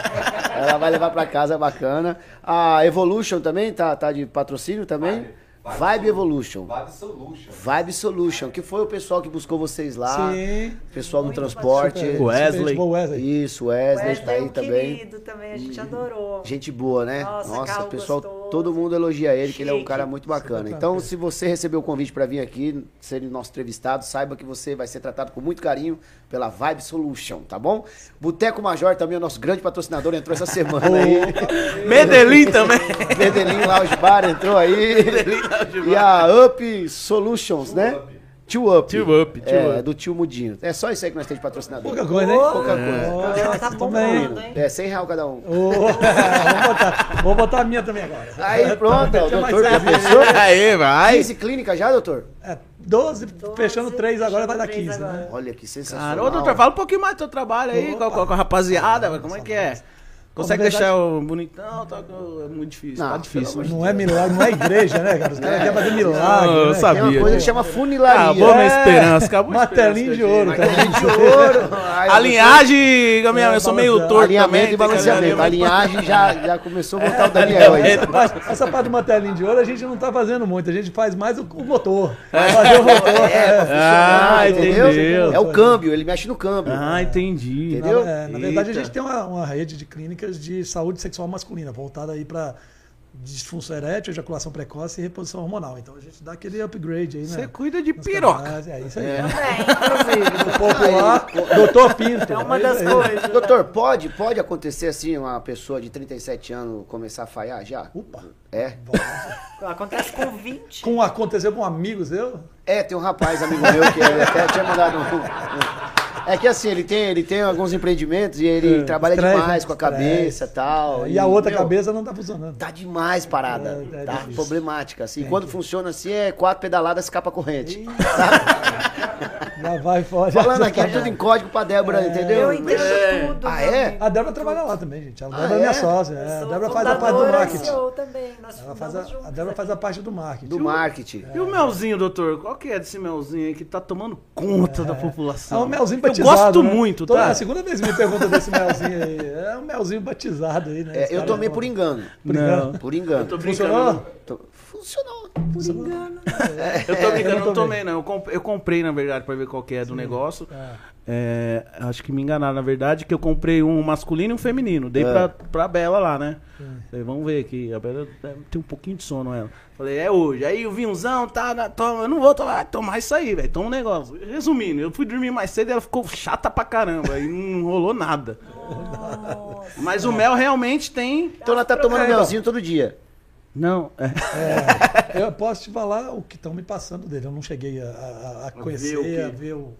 B: é Ela vai levar pra casa, bacana. A Evolution também tá, tá de patrocínio também. Vibe Evolution.
E: Vibe Solution.
B: Vibe Solution, que foi o pessoal que buscou vocês lá.
C: Sim.
B: Pessoal do
A: Muito
B: transporte.
C: Super,
D: Wesley.
C: super, tipo, Wesley.
B: Isso, Wesley,
A: Wesley
B: tá
A: é
B: aí
A: um
B: também. Hum,
A: querido também, a gente adorou.
B: Gente boa, né?
A: Nossa,
B: Nossa,
A: carro
B: pessoal,
A: gostoso.
B: todo mundo elogia ele, que ele é um
A: Chique.
B: cara muito bacana.
C: Super
B: Então,
C: bacana.
B: se você recebeu o convite pra vir aqui, ser nosso entrevistado, saiba que você vai ser tratado com muito carinho pela Vibe Solution, tá bom? Boteco Major também é o nosso grande patrocinador, entrou essa semana aí.
D: Medellín também.
B: Medellín Lounge Bar entrou aí. e a Up Solutions, né? Tio Up.
D: Tio Up, Tio
B: é,
D: Up.
B: do tio Mudinho. É só isso aí que nós temos de patrocinador.
C: Pouca coisa, hein? É.
B: Pouca coisa.
A: O programa tá
C: Nossa,
A: bombando, hein?
B: É, 100 real cada um.
C: Ô, vou, botar, vou botar a minha também agora.
B: Aí pronto, o
C: Tinha mais
B: doutor já
C: essa.
B: pensou?
D: Aê, vai.
B: 15 clínicas já, doutor?
C: É, 12, fechando 3 agora vai dar
A: três
C: 15,
A: agora.
C: né?
B: Olha que sensacional.
D: Cara, ô doutor, fala um pouquinho mais do seu trabalho aí, com,
C: Opa.
D: com- com a rapaziada, como é que é? Consegue
C: verdade-
D: deixar o bonitão, tá, é muito difícil,
B: Não,
D: tá difícil.
C: Não é milagre, não é igreja, né, cara? Os caras querem fazer milagre.
D: Não, eu
C: né?
D: sabia.
B: Tem uma coisa que chama funilaria. É,
D: Acabou minha esperança, acabou a
C: Martelinho de
D: esperança que eu
C: ouro,
D: tinha.
C: cara.
B: de ouro. Ai,
D: A linhagem,
C: É,
D: Gabriel, eu sou meio
C: balanceado.
D: torto
B: Alinhamento
D: também.
B: e
D: tem que
B: balanceamento.
D: alinhar
B: A
D: muito.
B: linhagem já, já começou a voltar o Daniel aí.
C: Mas essa parte do martelinho de ouro a gente não tá fazendo muito, a gente faz mais o, o motor. Fazer o motor. É,
D: Ah,
B: Entendeu?
D: entendeu?
B: É o câmbio, ele mexe no câmbio.
D: Ah, entendi.
B: Entendeu?
C: Na, é, na verdade, a
D: Eita.
C: gente tem uma, uma rede de clínicas de saúde sexual masculina, voltada aí para disfunção erétil, ejaculação precoce e reposição hormonal. Então a gente dá aquele upgrade aí, né?
D: Você cuida de
C: Nas
D: piroca.
C: camaradas, É isso aí.
A: É,
C: O popular, doutor Pinto.
A: é uma das
C: Aí, né?
A: coisas.
B: Doutor, pode, pode acontecer assim uma pessoa de 37 anos começar a falhar já?
C: Opa.
B: É?
A: Acontece com 20.
C: Com, aconteceu com amigos eu?
B: É, tem um rapaz, amigo meu, que ele até tinha mandado um- um. É que assim, ele tem, ele tem alguns empreendimentos e ele trabalha
C: É, estresse,
B: demais com a
C: estresse.
B: cabeça e tal.
C: e a outra
B: meu,
C: cabeça não tá funcionando.
B: Tá demais parada.
C: É, é
B: tá
C: difícil.
B: problemática. Assim. Quando funciona assim, é quatro pedaladas capa corrente.
C: Já vai fora. já-
B: Falando aqui, é tudo em código pra Débora, entendeu?
A: Eu entendo
B: É.
A: tudo.
B: Ah,
A: meu
B: é?
A: amigo.
C: A Débora trabalha lá também, gente. A Débora
B: Ah,
C: é
B: é?
C: minha sócia.
A: Eu
C: é. A
A: sou
C: Débora faz a parte do
A: fundadora e
C: marketing.
A: CEO também. Nós
C: Ela faz
A: fundamos
C: a, a
A: juntos
C: Débora faz a parte do marketing.
B: Do marketing.
D: E o melzinho, doutor? Qual que é desse melzinho aí que tá tomando conta da
C: É
D: população?
C: um melzinho
D: Eu
C: batizado.
D: gosto
C: né?
D: muito,
C: Toda- É
D: tá?
C: a segunda vez que me pergunta desse melzinho aí. É um melzinho batizado aí, né?
B: É,
C: Esse
B: eu
C: cara
B: tomei
C: é
B: por engano.
D: Não.
B: Por
D: Eu tô
B: engano.
D: brincando.
C: Funcionou?
B: Tô- Funcionou.
A: por engano.
D: Eu tô brincando,
C: eu
D: É, eu
C: não
D: não tomei,
C: tomei.
D: não. Eu comp- Eu comprei, na verdade, pra ver qual que é do negócio. É, acho que me enganaram, na verdade, que eu comprei um masculino e um feminino. Dei pra, pra Bela lá, né? Falei, vamos ver aqui. A Bela é, tem um pouquinho de sono, ela. Falei, é hoje. Aí o vinhozão, tá, na- toma. Eu não vou tomar, tomar isso aí, velho. Toma um negócio. Resumindo, eu fui dormir mais cedo e ela ficou chata pra caramba. Aí não rolou nada. Mas o mel realmente tem...
B: Então ela tá tomando
C: Então.
B: melzinho todo dia.
D: Não, é...
C: É. Eu posso te falar o que estão me passando dele. Eu não cheguei a, a- a conhecer,
D: o que-
C: a ver o,